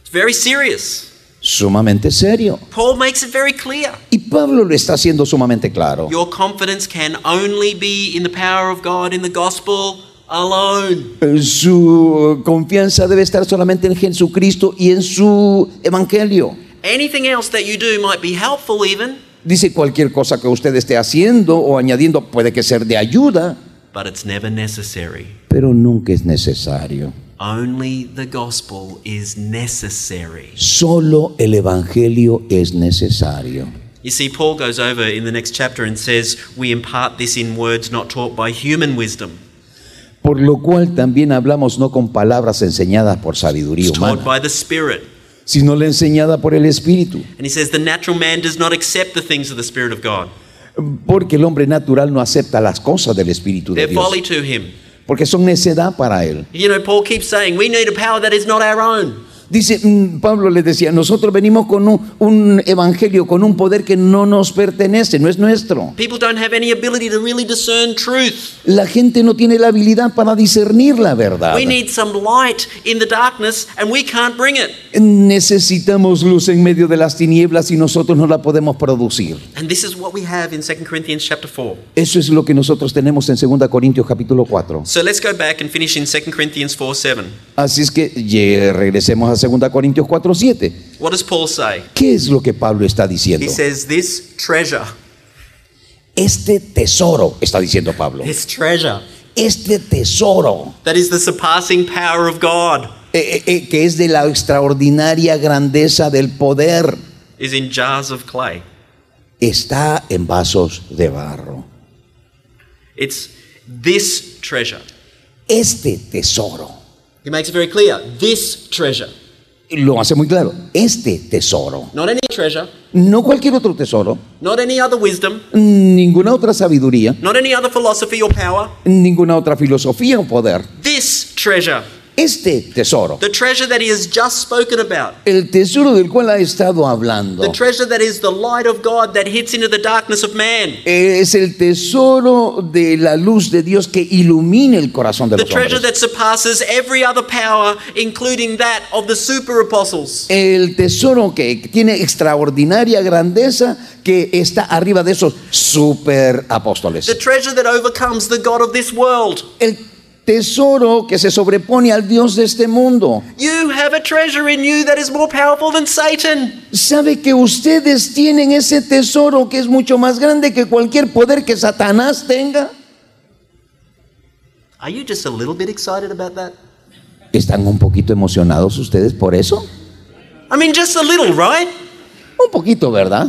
Speaker 1: It's very serious.
Speaker 2: Sumamente serio.
Speaker 1: Paul makes it very clear.
Speaker 2: Y Pablo lo está haciendo sumamente claro.
Speaker 1: Your confidence can only be in the power of God in the gospel alone.
Speaker 2: Eh, Su eh, confianza debe estar solamente en Jesucristo y en su evangelio.
Speaker 1: Anything else that you do might be helpful, even,
Speaker 2: Dice cualquier cosa que usted esté haciendo o añadiendo puede que ser de ayuda,
Speaker 1: but it's never necessary.
Speaker 2: pero nunca es necesario.
Speaker 1: Only the gospel is necessary.
Speaker 2: Solo el evangelio es necesario.
Speaker 1: You see, Paul goes over in the next chapter and says, We impart this in words not taught by human wisdom,
Speaker 2: Por lo cual también hablamos no con palabras enseñadas por sabiduría
Speaker 1: it's taught
Speaker 2: humana,
Speaker 1: by the Spirit.
Speaker 2: sino la enseñada por el Espíritu.
Speaker 1: And he says, The natural man does not accept the things of the Spirit of God,
Speaker 2: Porque el hombre natural no acepta las cosas del Espíritu de
Speaker 1: they're
Speaker 2: Dios,
Speaker 1: folly to him.
Speaker 2: porque son necedad para él.
Speaker 1: You know, Paul keeps saying, We need a power that is not our own.
Speaker 2: Dice, mm, Pablo le decía, nosotros venimos con un, un evangelio, con un poder que no nos pertenece, no es nuestro.
Speaker 1: People don't have any ability to really discern truth.
Speaker 2: La gente no tiene la habilidad para discernir la verdad.
Speaker 1: We need some light in the darkness, and we can't bring it.
Speaker 2: Necesitamos luz en medio de las tinieblas y nosotros no la podemos producir.
Speaker 1: And this is what we have in 2 Corinthians chapter 4.
Speaker 2: Eso es lo que nosotros tenemos en 2 Corintios capítulo 4.
Speaker 1: So let's go back and finish in 2 Corinthians 4 7.
Speaker 2: Así es que ye- regresemos a 2 Corintios 4, 7.
Speaker 1: What does Paul say?
Speaker 2: ¿Qué es lo que Pablo está diciendo?
Speaker 1: He says, This treasure,
Speaker 2: Este tesoro, está diciendo Pablo.
Speaker 1: this treasure,
Speaker 2: Este tesoro
Speaker 1: that is the surpassing power of God,
Speaker 2: eh, eh, eh, que es de la extraordinaria grandeza del poder
Speaker 1: is in jars of clay.
Speaker 2: está en vasos de barro.
Speaker 1: It's this treasure.
Speaker 2: Este tesoro,
Speaker 1: He makes it very clear this treasure,
Speaker 2: lo hace muy claro, este tesoro,
Speaker 1: not any treasure,
Speaker 2: no cualquier otro tesoro,
Speaker 1: not any other wisdom,
Speaker 2: ninguna otra sabiduría,
Speaker 1: not any other philosophy or power.
Speaker 2: ninguna otra filosofía o poder,
Speaker 1: This treasure,
Speaker 2: este tesoro,
Speaker 1: the treasure that he has just spoken about,
Speaker 2: el tesoro del cual ha estado hablando,
Speaker 1: the treasure that is the light of God that hits into the darkness of man,
Speaker 2: es el tesoro de la luz de Dios que ilumina el corazón de
Speaker 1: the
Speaker 2: los
Speaker 1: treasure
Speaker 2: hombres.
Speaker 1: that surpasses every other power, including that of the super apostles.
Speaker 2: El tesoro que tiene extraordinaria grandeza que está arriba de esos super
Speaker 1: The
Speaker 2: apóstoles.
Speaker 1: treasure that overcomes the God of this world.
Speaker 2: El tesoro que se sobrepone al Dios de este mundo.
Speaker 1: You have a treasure in you that is more powerful than Satan.
Speaker 2: Sabe que ustedes tienen ese tesoro que es mucho más grande que cualquier poder que Satanás tenga.
Speaker 1: Are you just a little bit excited about that?
Speaker 2: ¿Están un poquito emocionados ustedes por eso?
Speaker 1: I mean, just a little, right?
Speaker 2: Un poquito, ¿verdad?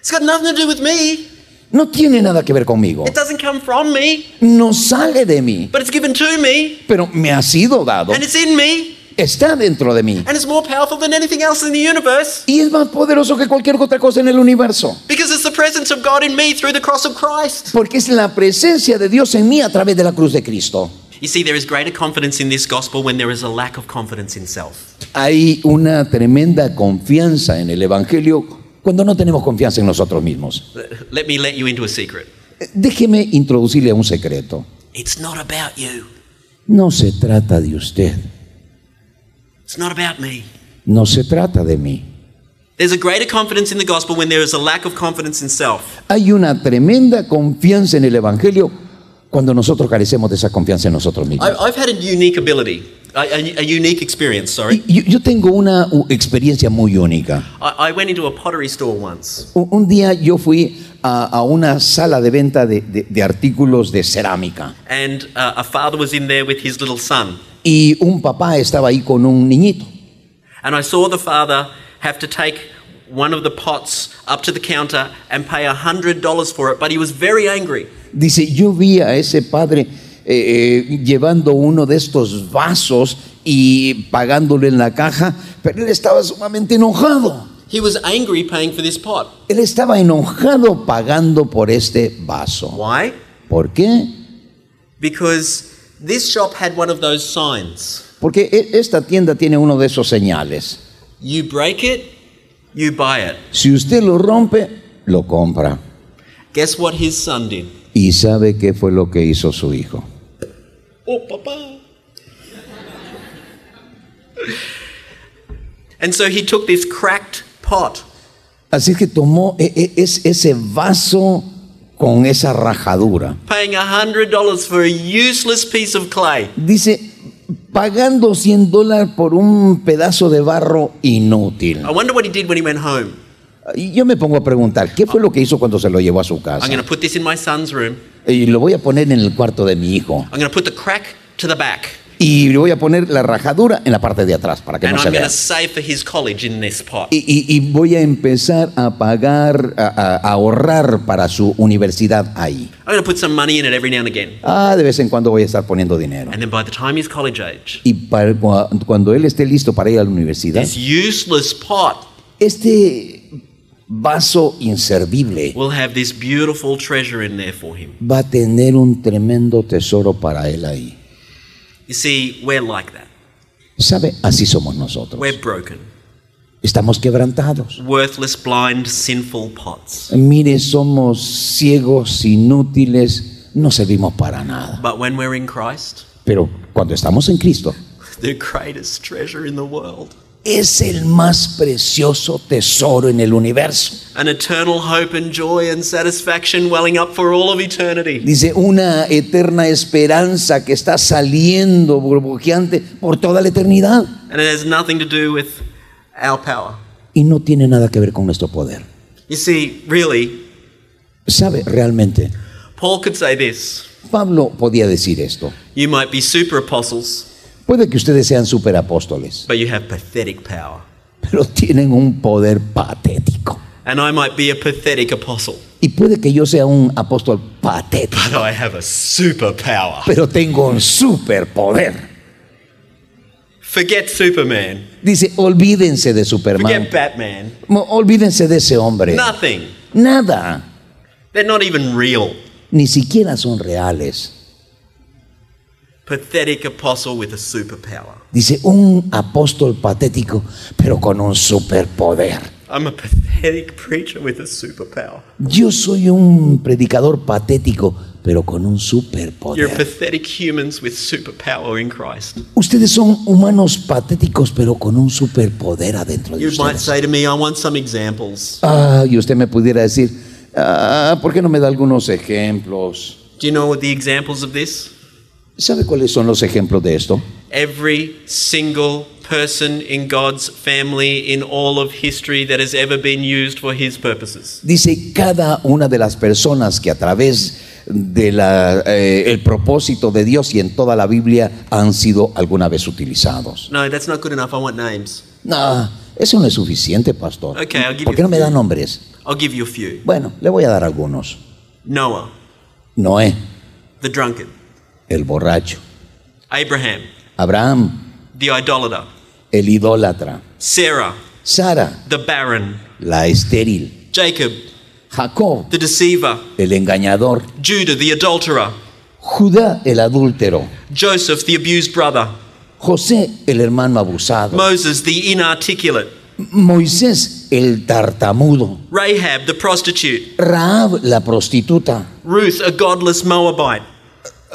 Speaker 1: It's got nothing to do with me.
Speaker 2: No tiene nada que ver conmigo.
Speaker 1: It doesn't come from me,
Speaker 2: No sale de mí,
Speaker 1: but it's given to me,
Speaker 2: pero me ha sido dado.
Speaker 1: and it's in me,
Speaker 2: Está dentro de mí.
Speaker 1: and it's more powerful than anything else in the universe
Speaker 2: Y es más poderoso que cualquier otra cosa en el universo.
Speaker 1: because it's the presence of God in me through the cross of Christ.
Speaker 2: Porque es la presencia de Dios en mí a través de la cruz de Cristo.
Speaker 1: You see, there is greater confidence in this gospel when there is a lack of confidence in self.
Speaker 2: Hay una tremenda confianza en el Evangelio cuando no tenemos confianza en nosotros mismos.
Speaker 1: Let me let you into a secret.
Speaker 2: Eh, Déjeme introducirle un secreto.
Speaker 1: It's not about you,
Speaker 2: No se trata de usted,
Speaker 1: it's not about me.
Speaker 2: no se trata de mí.
Speaker 1: There's a greater confidence in the gospel when there is a lack of confidence in self.
Speaker 2: Hay una tremenda confianza en el Evangelio cuando nosotros carecemos de esa confianza en nosotros mismos.
Speaker 1: I, I've had a unique ability, a, a- a unique experience, sorry.
Speaker 2: Y Yo, yo tengo una uh, experiencia muy única.
Speaker 1: I, I went into a pottery store once.
Speaker 2: Un un día yo fui a, a una sala de venta de, de- de artículos de cerámica
Speaker 1: and uh, a father was in there with his little son.
Speaker 2: y un papá estaba ahí con un niñito.
Speaker 1: And I saw the father have to take one of the pots up to the counter and pay $100 for it, but he was very angry.
Speaker 2: Dice, yo vi a ese padre eh, eh, llevando uno de estos vasos y pagándole en la caja, pero él estaba sumamente enojado.
Speaker 1: He was angry paying for this pot.
Speaker 2: Él estaba enojado pagando por este vaso.
Speaker 1: Why?
Speaker 2: ¿Por qué?
Speaker 1: Because this shop had one of those signs
Speaker 2: Porque e- esta tienda tiene uno de esos señales.
Speaker 1: you break it, you buy it.
Speaker 2: Si usted lo rompe, lo compra.
Speaker 1: Guess what his son did?
Speaker 2: ¿Y sabe qué fue lo que hizo su hijo?
Speaker 1: Oh, papa. And so he took this cracked pot
Speaker 2: Así que tomó e- e- es- ese vaso con esa rajadura.
Speaker 1: paying $100 for a useless piece of clay.
Speaker 2: Dice, pagando 100 dólares por un pedazo de barro inútil.
Speaker 1: I wonder what he did when he went home.
Speaker 2: Y yo me pongo a preguntar, ¿qué fue lo que hizo cuando se lo llevó a su casa?
Speaker 1: I'm going to put this in my son's room.
Speaker 2: Y lo voy a poner en el cuarto de mi hijo.
Speaker 1: I'm going to put the crack to the back.
Speaker 2: Y le voy a poner la rajadura en la parte de atrás para que
Speaker 1: And I'm
Speaker 2: no se
Speaker 1: going
Speaker 2: vea.
Speaker 1: to save for his college in this pot.
Speaker 2: Y, y- y voy a empezar a pagar, a, a- a ahorrar para su universidad ahí.
Speaker 1: I'm going to put some money in it every now and again.
Speaker 2: Ah, de vez en cuando voy a estar poniendo dinero.
Speaker 1: And then by the time he's college age,
Speaker 2: Y para- cua- cuando él esté listo para ir a la universidad,
Speaker 1: this useless pot
Speaker 2: este vaso inservible
Speaker 1: will have this beautiful treasure in there for him.
Speaker 2: va a tener un tremendo tesoro para él ahí.
Speaker 1: You see, we're like that.
Speaker 2: ¿Sabe? Así somos nosotros.
Speaker 1: We're broken,
Speaker 2: Estamos quebrantados.
Speaker 1: worthless, blind, sinful pots.
Speaker 2: Mire, somos ciegos, inútiles, no servimos para nada.
Speaker 1: But when we're in Christ,
Speaker 2: Pero cuando estamos en Cristo,
Speaker 1: the greatest treasure in the world,
Speaker 2: es el más precioso tesoro en el universo.
Speaker 1: an eternal hope and joy and satisfaction welling up for all of eternity.
Speaker 2: Dice, una eterna esperanza que está saliendo burbujeante por toda la eternidad.
Speaker 1: And it has nothing to do with our power.
Speaker 2: Y no tiene nada que ver con nuestro poder.
Speaker 1: You see, really,
Speaker 2: ¿Sabe? Realmente,
Speaker 1: Paul could say this
Speaker 2: Pablo podía decir esto.
Speaker 1: You might be super apostles,
Speaker 2: Puede que ustedes sean superapóstoles,
Speaker 1: but you have pathetic power.
Speaker 2: pero tienen un poder patético.
Speaker 1: And I might be a pathetic apostle,
Speaker 2: Y puede que yo sea un apóstol patético.
Speaker 1: but I have a superpower.
Speaker 2: pero tengo un superpoder.
Speaker 1: Forget Superman.
Speaker 2: Dice, olvídense de Superman,
Speaker 1: Forget Batman.
Speaker 2: Mo- olvídense de ese hombre.
Speaker 1: Nothing.
Speaker 2: Nada,
Speaker 1: They're not even real.
Speaker 2: ni siquiera son reales.
Speaker 1: Pathetic apostle with a superpower.
Speaker 2: Dice, un apóstol patético, pero con un superpoder.
Speaker 1: I'm a pathetic preacher with a superpower.
Speaker 2: Yo soy un predicador patético, pero con un
Speaker 1: You're
Speaker 2: superpoder.
Speaker 1: pathetic humans with superpower in Christ.
Speaker 2: Ustedes son humanos patéticos, pero con un superpoder adentro de
Speaker 1: You might
Speaker 2: ustedes.
Speaker 1: say to me, I want some examples.
Speaker 2: Ah, y usted me pudiera decir, ah, ¿por qué no me da algunos ejemplos?
Speaker 1: Do you know what the examples of this?
Speaker 2: ¿Sabe cuáles son los ejemplos de esto?
Speaker 1: Every single person in God's family in all of history that has ever been used for his purposes.
Speaker 2: Dice cada una de las personas que a través del el propósito de Dios y en toda la Biblia han sido alguna vez utilizados.
Speaker 1: No, that's not good enough. I want names.
Speaker 2: No, eso no es suficiente, pastor.
Speaker 1: Ok, I'll give
Speaker 2: ¿Por
Speaker 1: you
Speaker 2: qué no me
Speaker 1: three.
Speaker 2: da nombres?
Speaker 1: I'll give you a few.
Speaker 2: Bueno, le voy a dar algunos.
Speaker 1: Noah,
Speaker 2: Noé,
Speaker 1: the drunkard.
Speaker 2: el borracho.
Speaker 1: Abraham,
Speaker 2: Abraham,
Speaker 1: the idolater.
Speaker 2: el idólatra.
Speaker 1: Sarah,
Speaker 2: Sara,
Speaker 1: the barren.
Speaker 2: la estéril.
Speaker 1: Jacob,
Speaker 2: Jacob,
Speaker 1: the deceiver.
Speaker 2: el engañador.
Speaker 1: Judah, the adulterer.
Speaker 2: Judá, el adúltero.
Speaker 1: Joseph, the abused brother.
Speaker 2: José, el hermano abusado.
Speaker 1: Moses, the inarticulate.
Speaker 2: Moisés, el tartamudo.
Speaker 1: Rahab, the prostitute.
Speaker 2: Raab, la prostituta.
Speaker 1: Ruth, a godless Moabite.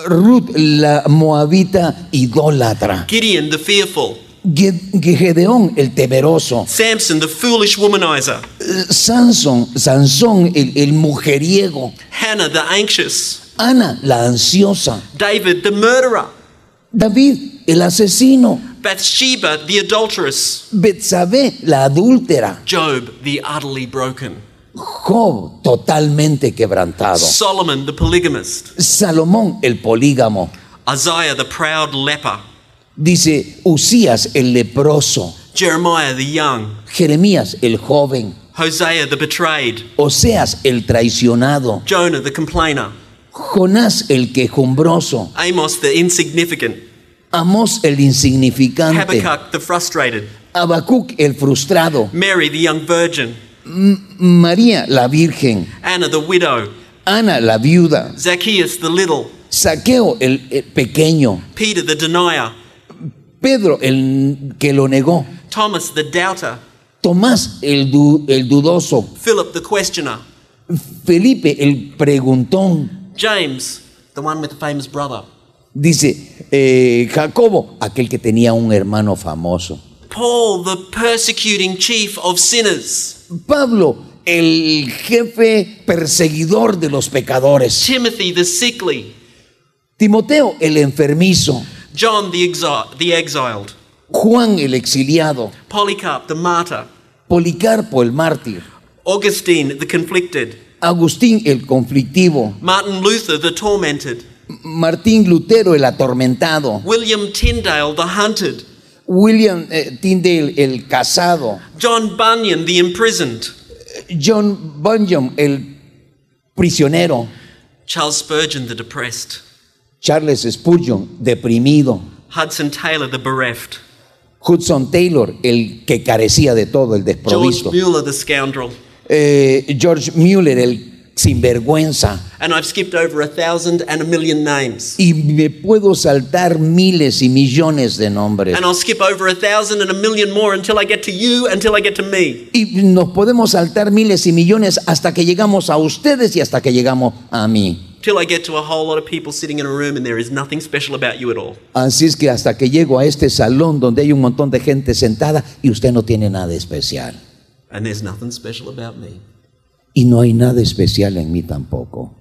Speaker 2: Ruth, la moabita idólatra.
Speaker 1: Gideon, the fearful.
Speaker 2: Ge- Ge- Gedeón, el temeroso.
Speaker 1: Samson, the foolish womanizer.
Speaker 2: Eh, Sansón, Sansón, el, el mujeriego.
Speaker 1: Hannah, the anxious.
Speaker 2: Ana, la ansiosa.
Speaker 1: David, the murderer.
Speaker 2: David, el asesino.
Speaker 1: Bathsheba, the adulteress.
Speaker 2: Betsabé, la adúltera.
Speaker 1: Job, the utterly broken.
Speaker 2: Job, totalmente quebrantado.
Speaker 1: Solomon, the polygamist.
Speaker 2: Salomón, el polígamo.
Speaker 1: Isaiah, the proud leper.
Speaker 2: Dice Usías, el leproso.
Speaker 1: Jeremiah, the young.
Speaker 2: Jeremías, el joven.
Speaker 1: Hosea, the betrayed.
Speaker 2: Oseas, el traicionado.
Speaker 1: Jonah, the complainer.
Speaker 2: Jonás el quejumbroso,
Speaker 1: Amos, the insignificant.
Speaker 2: Amós el insignificante,
Speaker 1: Habakkuk, the frustrated.
Speaker 2: Habacuc el frustrado,
Speaker 1: Mary, the young virgin.
Speaker 2: María la virgen,
Speaker 1: Anna, the widow.
Speaker 2: Ana la viuda,
Speaker 1: Zacchaeus, the little.
Speaker 2: Saqueo el, el pequeño,
Speaker 1: Peter, the denier.
Speaker 2: Pedro el que lo negó,
Speaker 1: Thomas, the doubter.
Speaker 2: Tomás el, du- el dudoso,
Speaker 1: Philip, the questioner.
Speaker 2: Felipe el preguntón,
Speaker 1: James, the one with the famous brother.
Speaker 2: Dice eh, Jacobo, aquel que tenía un hermano famoso.
Speaker 1: Paul, the persecuting chief of sinners.
Speaker 2: Pablo, el jefe perseguidor de los pecadores.
Speaker 1: Timothy, the sickly.
Speaker 2: Timoteo, el enfermizo.
Speaker 1: John, the, exi- the exiled.
Speaker 2: Juan, el exiliado.
Speaker 1: Polycarp, the martyr.
Speaker 2: Policarpo, el mártir.
Speaker 1: Augustine, the conflicted.
Speaker 2: Agustín, el conflictivo.
Speaker 1: Martin Luther, the tormented.
Speaker 2: Martín Lutero, el atormentado.
Speaker 1: William Tyndale, the hunted.
Speaker 2: William eh, Tyndale, el casado.
Speaker 1: John Bunyan, the imprisoned.
Speaker 2: John Bunyan, el prisionero.
Speaker 1: Charles Spurgeon, the depressed.
Speaker 2: Charles Spurgeon, deprimido.
Speaker 1: Hudson Taylor, the bereft.
Speaker 2: Hudson Taylor, el que carecía de todo, el
Speaker 1: George
Speaker 2: desprovisto.
Speaker 1: Mueller, the scoundrel.
Speaker 2: Eh, George Mueller, el sinvergüenza.
Speaker 1: And I've skipped over a thousand and a million names.
Speaker 2: Y me puedo saltar miles y millones de nombres.
Speaker 1: And I'll skip over a thousand and a million more until I get to you, until I get to me.
Speaker 2: Y nos podemos saltar miles y millones hasta que llegamos a ustedes y hasta que llegamos a mí.
Speaker 1: Till I get to a whole lot of people sitting in a room and there is nothing special about you at all.
Speaker 2: Así es que hasta que llego a este salón donde hay un montón de gente sentada y usted no tiene nada especial.
Speaker 1: And there's nothing special about me.
Speaker 2: Y no hay nada especial en mí tampoco.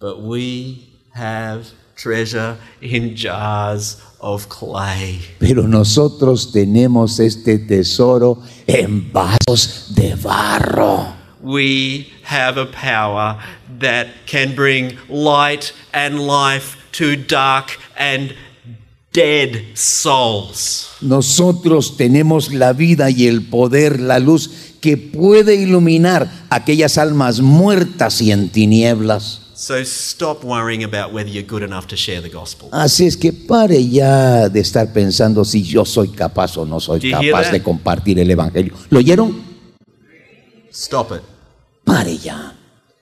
Speaker 1: But we have treasure in jars of clay.
Speaker 2: Pero nosotros tenemos este tesoro en vasos de barro.
Speaker 1: We have a power that can bring light and life to dark and dead souls.
Speaker 2: Nosotros tenemos la vida y el poder, la luz que puede iluminar aquellas almas muertas y en tinieblas.
Speaker 1: So stop worrying about whether you're good enough to share the gospel.
Speaker 2: Así es que pare ya de estar pensando si yo soy capaz o no soy
Speaker 1: Did you hear
Speaker 2: capaz
Speaker 1: that?
Speaker 2: de compartir el Evangelio. ¿Lo oyeron?
Speaker 1: Stop it.
Speaker 2: Pare ya.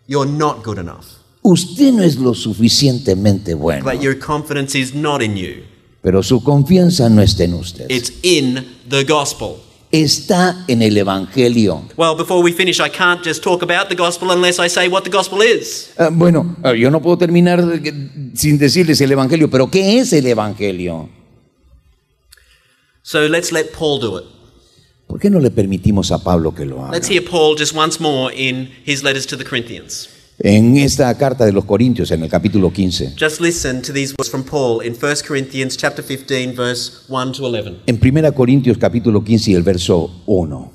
Speaker 1: You're not good enough.
Speaker 2: Usted no es lo suficientemente bueno,
Speaker 1: But your confidence is not in you,
Speaker 2: pero su confianza no está en usted.
Speaker 1: it's in the gospel.
Speaker 2: Está en el Evangelio.
Speaker 1: Well, before we finish, I can't just talk about the gospel unless I say what the gospel is.
Speaker 2: Ah, bueno, ah, yo no puedo terminar de que- sin decirles el Evangelio, pero ¿qué es el Evangelio?
Speaker 1: So let's let Paul do it.
Speaker 2: ¿Por qué no le permitimos a Pablo que lo haga?
Speaker 1: Let's hear Paul just once more in his letters to the Corinthians.
Speaker 2: En esta carta de los Corintios, en el capítulo 15,
Speaker 1: Just listen to these words from Paul in 1 Corinthians chapter 15 verse 1 to 11.
Speaker 2: En 1 Corintios capítulo 15 y el verso 1.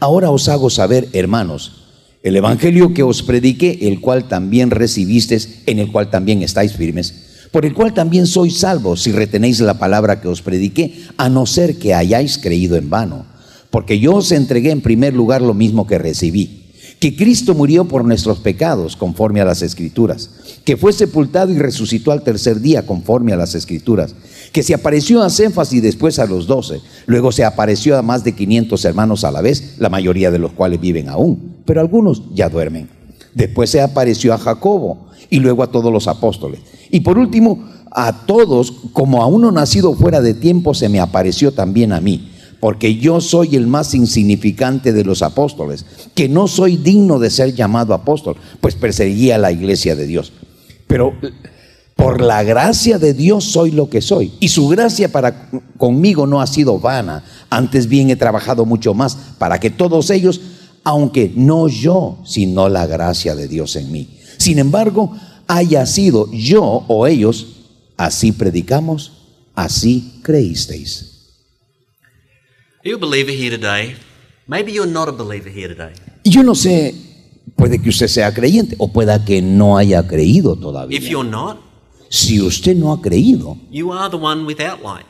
Speaker 2: Ahora os hago saber, hermanos, el Evangelio que os prediqué, el cual también recibisteis, en el cual también estáis firmes, por el cual también sois salvos si retenéis la palabra que os prediqué, a no ser que hayáis creído en vano. Porque yo os entregué en primer lugar lo mismo que recibí, que Cristo murió por nuestros pecados conforme a las escrituras, que fue sepultado y resucitó al tercer día conforme a las escrituras, que se apareció a Cefas y después a los doce, luego se apareció a más de 500 hermanos a la vez, la mayoría de los cuales viven aún, pero algunos ya duermen. Después se apareció a Jacobo y luego a todos los apóstoles. Y por último, a todos, como a uno nacido fuera de tiempo, se me apareció también a mí porque yo soy el más insignificante de los apóstoles, que no soy digno de ser llamado apóstol, pues perseguía la iglesia de Dios. Pero eh, por la gracia de Dios soy lo que soy, y su gracia para conmigo no ha sido vana, antes bien he trabajado mucho más para que todos ellos, aunque no yo, sino la gracia de Dios en mí. Sin embargo, haya sido yo o ellos, así predicamos, así creísteis.
Speaker 1: Are you a believer here today? Maybe you're not a believer here today.
Speaker 2: Y Yo no sé, puede que usted sea creyente o pueda que no haya creído
Speaker 1: If
Speaker 2: todavía.
Speaker 1: you're not,
Speaker 2: Si usted no ha creído,
Speaker 1: you are the one without light.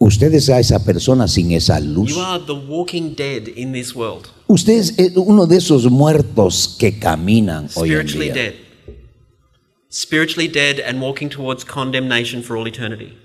Speaker 2: usted es a esa persona sin esa luz.
Speaker 1: You are the walking dead in this world,
Speaker 2: Usted es eh, uno de esos muertos que caminan hoy en
Speaker 1: spiritually
Speaker 2: día.
Speaker 1: dead. Spiritually dead and walking towards condemnation for all eternity.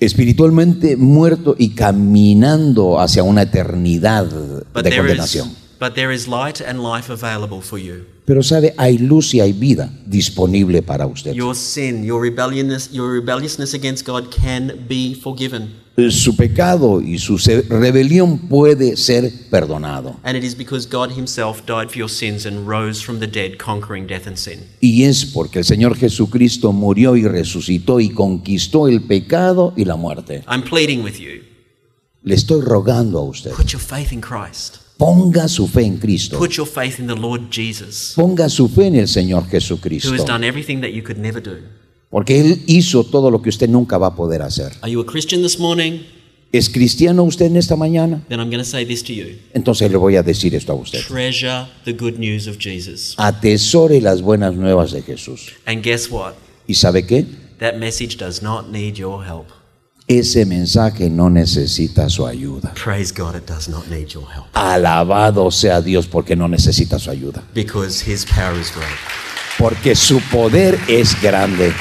Speaker 2: Espiritualmente muerto y caminando hacia una eternidad
Speaker 1: But
Speaker 2: de
Speaker 1: there is
Speaker 2: condenación.
Speaker 1: but there is light and life available for you.
Speaker 2: Pero sabe, hay luz y hay vida disponible para usted.
Speaker 1: Your sin, your rebelliousness, your rebelliousness against God can be forgiven.
Speaker 2: Eh, Su pecado y su se- rebelión puede ser perdonado.
Speaker 1: And it is because God Himself died for your sins and rose from the dead, conquering death and sin.
Speaker 2: Y es porque el Señor Jesucristo murió y resucitó y conquistó el pecado y la muerte.
Speaker 1: I'm pleading with you
Speaker 2: Le estoy rogando a usted,
Speaker 1: put your faith in Christ,
Speaker 2: ponga su fe en Cristo.
Speaker 1: put your faith in the Lord Jesus,
Speaker 2: Ponga su fe en el Señor
Speaker 1: who has
Speaker 2: Jesucristo.
Speaker 1: done everything that you could never do.
Speaker 2: Porque Él hizo todo lo que usted nunca va a poder hacer.
Speaker 1: Are you a Christian this morning?
Speaker 2: ¿Es cristiano usted en esta mañana?
Speaker 1: Then I'm going to say this to you
Speaker 2: Entonces le voy a decir esto a usted.
Speaker 1: treasure the good news of Jesus.
Speaker 2: Atesore las buenas nuevas de Jesús.
Speaker 1: And guess what?
Speaker 2: ¿Y sabe qué?
Speaker 1: That message does not need your help.
Speaker 2: Ese mensaje no necesita su ayuda.
Speaker 1: Praise God, it does not need your help
Speaker 2: Alabado sea Dios porque no necesita su ayuda.
Speaker 1: because His power is great.
Speaker 2: Porque su poder es grande.